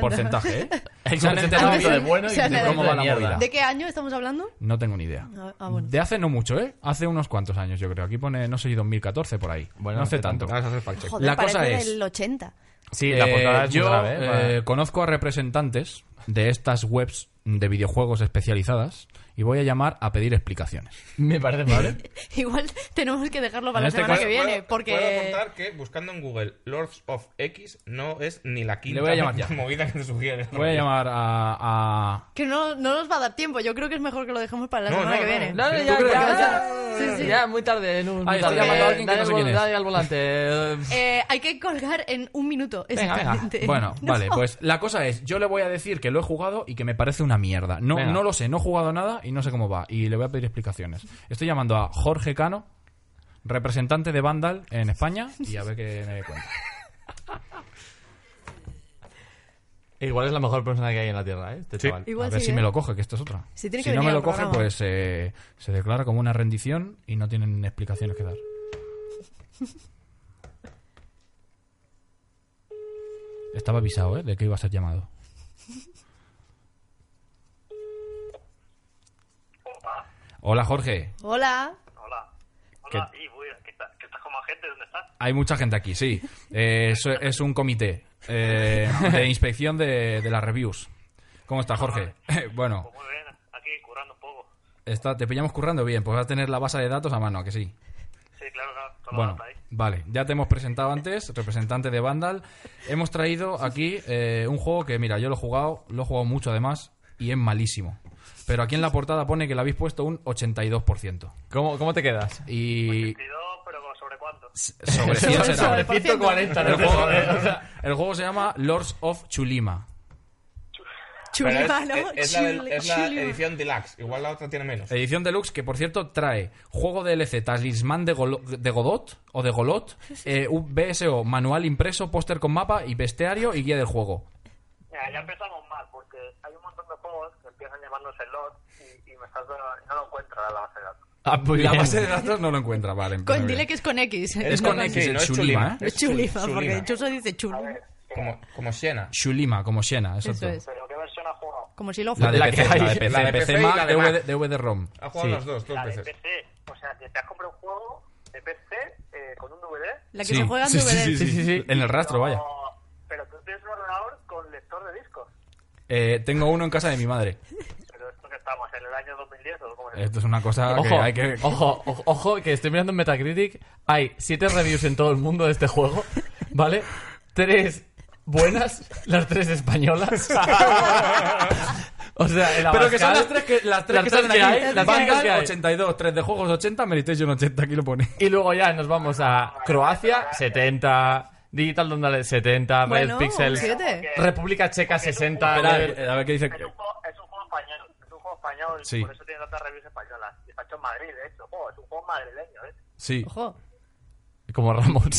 porcentaje, ¿eh? Hay un A 70% de veces- bueno y o un sea, 30% ¿cómo va de la mierda. movida? ¿De qué año estamos hablando? No tengo ni idea. Ah, ah, bueno. De hace no mucho, ¿eh? Hace unos cuantos años, yo creo. Aquí pone, no sé, si 2014 por ahí. Bueno, no hace hace tanto. tanto. Vamos a hacer fact-check. Joder, La cosa parece es- del 80. Sí, la Eh, portada es muy yo grave, ¿eh? Para- eh, conozco a representantes de estas webs de videojuegos especializadas y voy a llamar a pedir explicaciones. Me parece ¿eh? mal. Igual tenemos que dejarlo para En la este semana caso- que viene, Puedo- porque... Puedo contar que buscando en Google Lords of X no es ni la quinta Le voy a llamar ya. movida que te sugiere. Voy a llamar a, a- Que no, no nos va a dar tiempo. Yo creo que es mejor que lo dejemos para la No, semana no, que no. viene. No, no, ¿Tú ya, crees ya, que- Ah. ya. Sí, sí. Ya, muy tarde. En un, Ahí muy está tarde. llamando a alguien que Dale no sé al vol- quién es. Dale al volante. eh, Eh, hay que colgar en un minuto. Venga, venga. exactamente. Bueno, No. vale, pues la cosa es, yo le voy a decir que lo he jugado y que me parece una mierda. No, Venga. no lo sé, no he jugado nada y no sé cómo va. Y le voy a pedir explicaciones. Estoy llamando a Jorge Cano, representante de Vandal en España, y a ver qué me cuenta. Igual es la mejor persona que hay en la Tierra, ¿eh? Este Sí. chaval. Igual a ver sí, si ¿eh? me lo coge, que esto es otra. Sí, tiene que si no venir me al lo coge, programa. pues eh, se declara como una rendición y no tienen explicaciones que dar. Estaba avisado, ¿eh? De que iba a ser llamado. Hola, Jorge. Hola. Hola. ¿Qué? Hola, y voy, que, está- que estás como agente, ¿dónde estás? Hay mucha gente aquí, sí. Eh, es, es un comité eh, de inspección de, de las reviews. ¿Cómo está, Jorge? bueno, Pues muy bien, aquí currando un poco. Está, te pillamos currando bien, pues vas a tener la base de datos a mano, ¿a que sí. Sí, claro, claro, toda Bueno, la data ahí. vale, ya te hemos presentado antes, representante de Vandal. Hemos traído aquí eh, un juego que, mira, yo lo he jugado, lo he jugado mucho además, y es malísimo. Pero aquí en la portada pone que le habéis puesto un 82%. ¿Cómo, ¿Cómo te quedas? Y 22, pero ¿sobre cuánto? sobre 100 será. Sobre- Sobre 140, no El te juego, jodes, o sea. el juego se llama Lords of Chulima. Pero es, Chulima, ¿no? es- es la, del- Chul- es la Chulima. edición deluxe. Igual la otra tiene menos. Edición deluxe que, por cierto, trae juego DLC, talismán de, Golo- de Godot o de Golot, eh, un BSO, manual impreso, póster con mapa y bestiario y guía del juego. Ya, ya empezamos mal, porque hay un montón de juegos que empiezan llamándose LOT y, y me estás dando- y no lo encuentras en la base de datos. la base de datos no lo encuentra, vale. Con- muy bien. dile que es con X. Es No con X, sí, el no es Chulima, Chulima. ¿eh? Es Chulima, porque Chulima. Chuso dice chul. Como, como Siena. Shulima, como Shena, exacto. Eso es. Pero ¿qué versión has jugado? Como si lo La de fuera. PC, la de hay. PC, La de PC y Mac, la de DVD Mac. DVD-ROM. Ha jugado Sí. las dos, dos La de veces. PC. O sea, que te has comprado un juego de PC eh, con un DVD. La que Sí. se juega en Sí, DVD. sí, sí, sí, Sí, sí, sí. En el rastro, pero- vaya. Pero tú tienes un ordenador con lector de discos. Eh, tengo uno en casa de mi madre. Pero esto que estamos en el año 2010 o cómo es Esto es una cosa que Ojo, hay que... ojo, ojo, ojo, que estoy mirando en Metacritic. Hay siete reviews en todo el mundo de este juego, ¿vale? Tres buenas, las tres españolas. o sea, el Pero que son Abascal- las tres que, las tres que salen que aquí. hay, las Vandal, tres que hay. 82, 3 de juegos 80, Meditation 80, aquí lo pone. Y luego ya nos vamos a Croacia, 70. Digital Donald, 70. Red Bueno, Pixel, siete. República Checa, 60. Espera, Lever- eh, a ver qué dice. Es un, juego, es un juego español, es un juego español, Sí. por eso tiene tantas reviews españolas. Y está hecho en Madrid, de hecho. Juego, es un juego madrileño, ¿eh? Sí. Ojo. Como Ramón.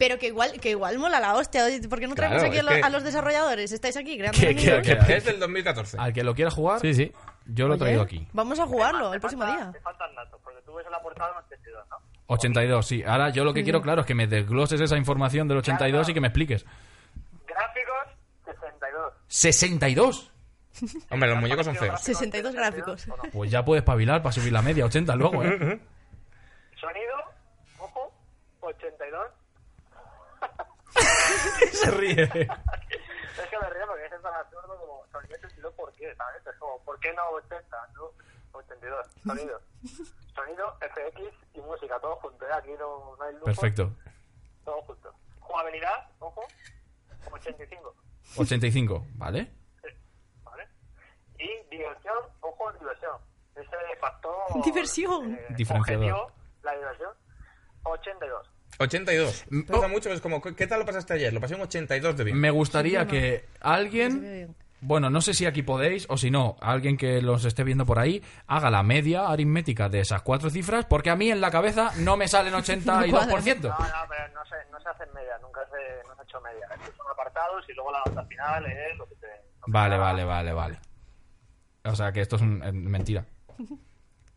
Pero que igual, que igual mola la hostia. Oye, ¿Por qué no traemos Claro, aquí a, es lo- que- a los desarrolladores? ¿Estáis aquí creando Que- amigos? que- que- Es del 2014. Al que lo quiera jugar, Sí, sí. yo lo he Oye, traído aquí. Vamos a jugarlo el próximo Falta- día. Te faltan datos, porque tú ves en la portada un 82, ¿no? 82, sí. Ahora yo lo que quiero, claro, es que me desgloses esa información del 82 y que me expliques. Gráficos, 62. 62. Hombre, los muñecos son feos. 62 gráficos. ¿o no? Pues ya puedes pavilar para subir la media, 80 luego, ¿eh? Sonido, ojo, 82. Se ríe. Es que me río porque es tan absurdo como sonido 82, ¿por qué? ¿Sabes? Es como, ¿por qué no 80? No, 82, sonido. Sonido, FX y música, todo junto, ¿eh? Aquí no, no hay lujos. Perfecto. Todo justo. Jugabilidad, ojo, 85, 85, ¿vale? ¿vale? Y diversión, ojo, diversión. Ese factor... Diversión. Diferenciador. eh, objetivo, la diversión, 82. 82. Mm, Me gusta oh. mucho, es como, ¿qué tal lo pasaste ayer? Lo pasé un 82 de bien. Me gustaría que alguien, bueno, no sé si aquí podéis o si no, alguien que los esté viendo por ahí, haga la media aritmética de esas cuatro cifras, porque a mí en la cabeza no me salen 82%. No, no, pero no se, no se hacen media, nunca se, no se ha hecho media. Estos son apartados y luego la nota final es lo que te... Vale, vale, vale, vale. O sea que esto es un- eh, mentira.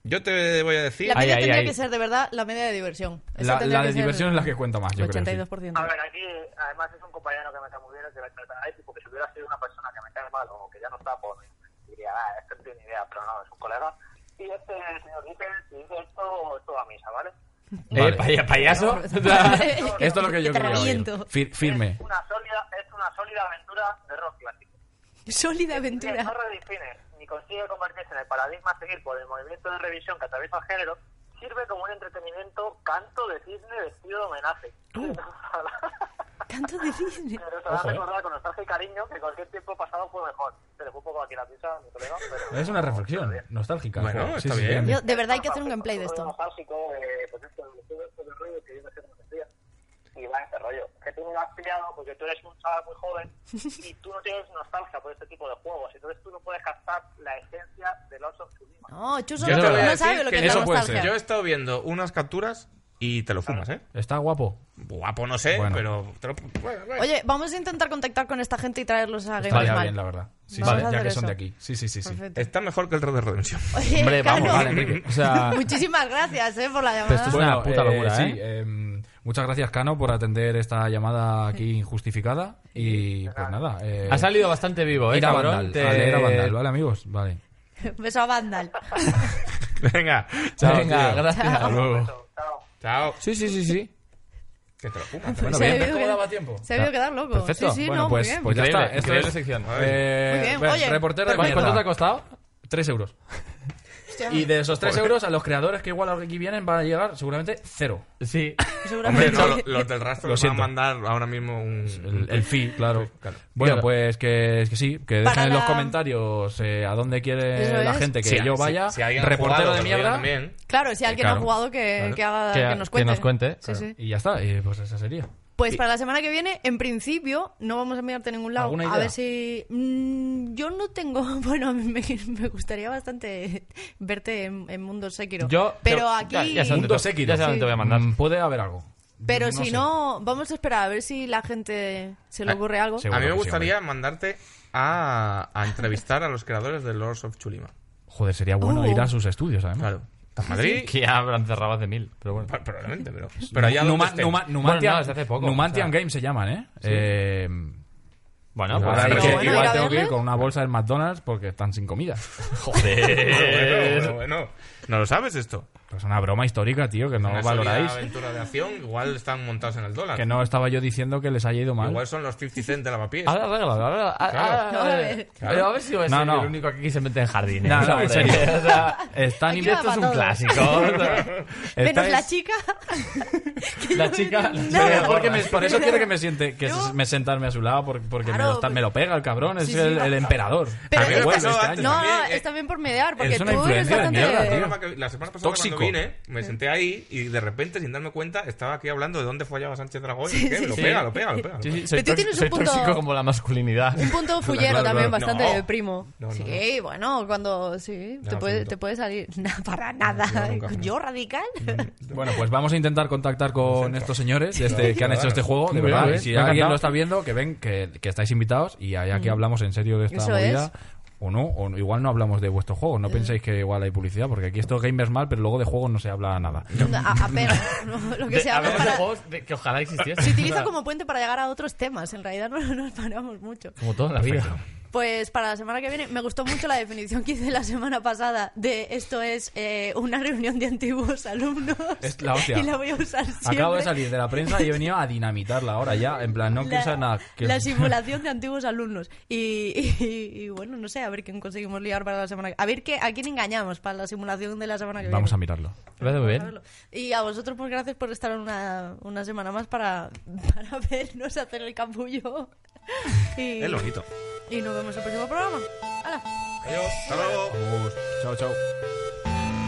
Yo te voy a decir. La Ahí, media ahí, tendría ahí. que ser de verdad la media de diversión. Esa La, tendría la que de ser diversión es la que cuenta más, yo creo. sí. 82%. A ver, aquí además es un compañero que me cae muy bien, el que me trata a tipo, que si hubiera sido una persona que me cae mal o que ya no está, pues diría, ah, esto no tiene idea, pero no, es un colega. Y este señor dice, si dice esto, esto a misa, ¿vale? Eh, paya- payaso. Esto es lo que yo Te quería oír. reviento. Fir- firme. Es una sólida, es una sólida aventura de rock clásico. Sólida Que no aventura. redefine ni consigue convertirse en el paradigma a seguir por el movimiento de revisión que atraviesa el género, sirve como un entretenimiento canto de cisne vestido de homenaje. Canto de cisne. Pero se va eh. a recordar con nostalgia y cariño que cualquier tiempo pasado fue mejor. Se le fue un poco aquí la pizza, mi colega, pero... Es una reflexión nostálgica. Bueno, Joder, está bien. Yo, de verdad hay que hacer pues, un gameplay de esto. Nostálgico, eh, pues esto, todo esto del rollo que yo no sé cómo se hacía. Y va este rollo. Que tú no lo has pillado porque tú eres un chaval muy joven y tú no tienes nostalgia por este tipo de juegos. Entonces tú no puedes captar la esencia del oso en su misma. No, Chuso Yo no, te voy a no decir sabe lo que que es la eso puede nostalgia. ser. Yo he estado viendo unas capturas y te lo fumas, ¿eh? Está guapo. Guapo, no sé, Bueno. pero. te lo- bueno, bueno. Oye, vamos a intentar contactar con esta gente y traerlos a Game Estaría Mal. bien, la verdad. Sí, Vamos sí, a ya hacer que son eso. de aquí. Sí, sí, sí, sí. Perfecto. Está mejor que el Red de Redemption. Oye, Hombre, vamos, Cano, vale, O Ah. sea, Muchísimas gracias eh, por la Pues esto llamada. es Bueno, una puta puta locura, locura, ¿eh? Sí, eh, muchas gracias, Cano, por atender esta llamada aquí injustificada. Y pues nada. Eh, Ha salido bastante vivo, eh, ir a cabrón. Vandal. Te- a leer a Vandal, ¿vale, amigos? Vale. Beso a Vandal. Venga, Chao, Venga, tío. gracias. Hasta luego. chao. Sí, sí, sí, sí. Que te lo fumas. Bueno, bien, se ha ¿ves cómo qued- daba tiempo? Se ha debido quedar loco. Perfecto. Sí, sí, bueno, no, pues, muy bien. pues ya Increíble, está. Esto increíble es- sección. Eh, Muy bien, bueno, oye. reportero de ¿Cuánto- mierda. ¿Cuánto te ha costado? 3 euros. Hostia, Y de esos 3 euros, a los creadores que igual aquí vienen van a llegar seguramente cero. Sí. seguramente. Hombre, no, lo- los del rastro Lo nos van a siento. mandar ahora mismo un. El, el fee, claro. claro. Bueno, Claro. pues que, es que sí, que dejen Para en los la- comentarios eh, a dónde quiere Eso la es. gente que Si- yo si- vaya. si alguien ha reportero jugado, pues que de lo diga mierda. también. Claro, si alguien claro, ha jugado, que, claro. que haga- Que- que nos cuente. que nos cuente, Sí, claro. sí. Y ya está, eh, pues esa sería. Pues para la semana que viene, en principio, no vamos a enviarte a ningún lado. ¿Alguna A idea? ver si. Mm, yo no tengo. Bueno, a mí me, me gustaría bastante verte en, en Mundo Sekiro. Yo. pero ya- aquí. Ya, sé dónde Mundo te- Sekiro. ya sé dónde Sí. te voy a mandar. Mm, Puede haber algo. pero si sé. no, vamos a esperar a ver si la gente se le Ah, ocurre algo. seguro. A mí que me sí, gustaría mandarte a, a entrevistar a los creadores de Lords of Chulima. Joder, sería bueno Uh. ir a sus estudios, además. Claro. A Madrid. Que ya habrán cerrado hace mil, pero bueno. Pa- Probablemente, pero. Pero allá donde Numa- estén. Numa- Bueno, Numantian, no, desde hace poco, Numantian o sea. Games se llaman, ¿eh? Eh, Bueno, ahora pues hay pero que- bueno, ir igual a tengo que ir verles. con una bolsa del McDonald's porque están sin comida. Bueno, bueno, bueno. No lo sabes esto. Pues una broma histórica, tío, que no Una valoráis. sólida aventura de acción, igual están montados en el dólar. Que no estaba yo diciendo que les haya ido mal. Ah, Igual son los 50 cent de lavapiés. Ahora arréglalo, ahora Claro. No, a ver. Pero a ver si voy a No, ser no. el único aquí que se mete en jardines. No, no, hombre. en serio. O sea, Están Aquí in- va esto es un Todos. clásico. o sea, Menos estáis- la chica. que La chica- la no tiene chica nada. de Porque me- por eso quiere que me siente, que Yo- se- me sentarme a su lado, por- porque me, Claro, lo está- pues- me lo pega el cabrón, es Sí, sí. el, el emperador. Pero A mí es me que- este pasó antes no, también, eh, está bien por mediar, porque es una tú eres influencia de bastante. mierda, El tío. programa que- Eh, la semana pasada Tóxico. cuando vine, me senté ahí y de repente, sin darme cuenta, estaba aquí hablando de dónde follaba Sánchez Dragón. y ¿qué? Lo sí. pega, lo pega, lo pega. lo sí, pega. sí, soy Pero tú tóx- tienes un soy punto- tóxico como la masculinidad. Un punto fullero Claro, también, claro. bastante No. de primo. No, no, sí, bueno, cuando. Sí, te, No, puede, absoluto. te puede salir. na- para nada. Yo nunca, jamás. ¿Yo radical? Bueno, pues vamos a intentar contactar con estos señores de este- que han hecho este juego, de Muy bien, verdad. ¿eh? Y si Me ha alguien encantado. lo está viendo, que ven que, que estáis invitados y ahí aquí hablamos en serio de esta Mm. Eso movida. es. Eh. O no, o no- igual no hablamos de vuestro juego. No penséis que igual hay publicidad, porque aquí esto es gamers mal, pero luego de juego no se habla nada. A- apenas. ¿no? Lo que De- se a habla ver, para- de juegos de- que ojalá existiese. Se utiliza como puente para llegar a otros temas. En realidad no no nos paramos mucho. Como todo en la vida. Pues para la semana que viene, me gustó mucho la definición que hice la semana pasada de esto es eh, una reunión de antiguos alumnos. Es la hostia. Y la voy a usar siempre. Acabo de salir de la prensa y he venido a dinamitarla ahora ya. En plan, no la, piensa nada. Que la simulación de antiguos alumnos. Y, y- y bueno, no sé, a ver quién conseguimos liar para la semana que A ver qué, a quién engañamos para la simulación de la semana que Vamos a viene. mirarlo. Me parece muy Vamos a bien. verlo. Y a vosotros, pues gracias por estar una, una semana más para, para vernos hacer el capullo. Y, Es bonito. y nos vemos en el próximo programa. ¡Hala! Adiós. Hasta luego. Chao, chao.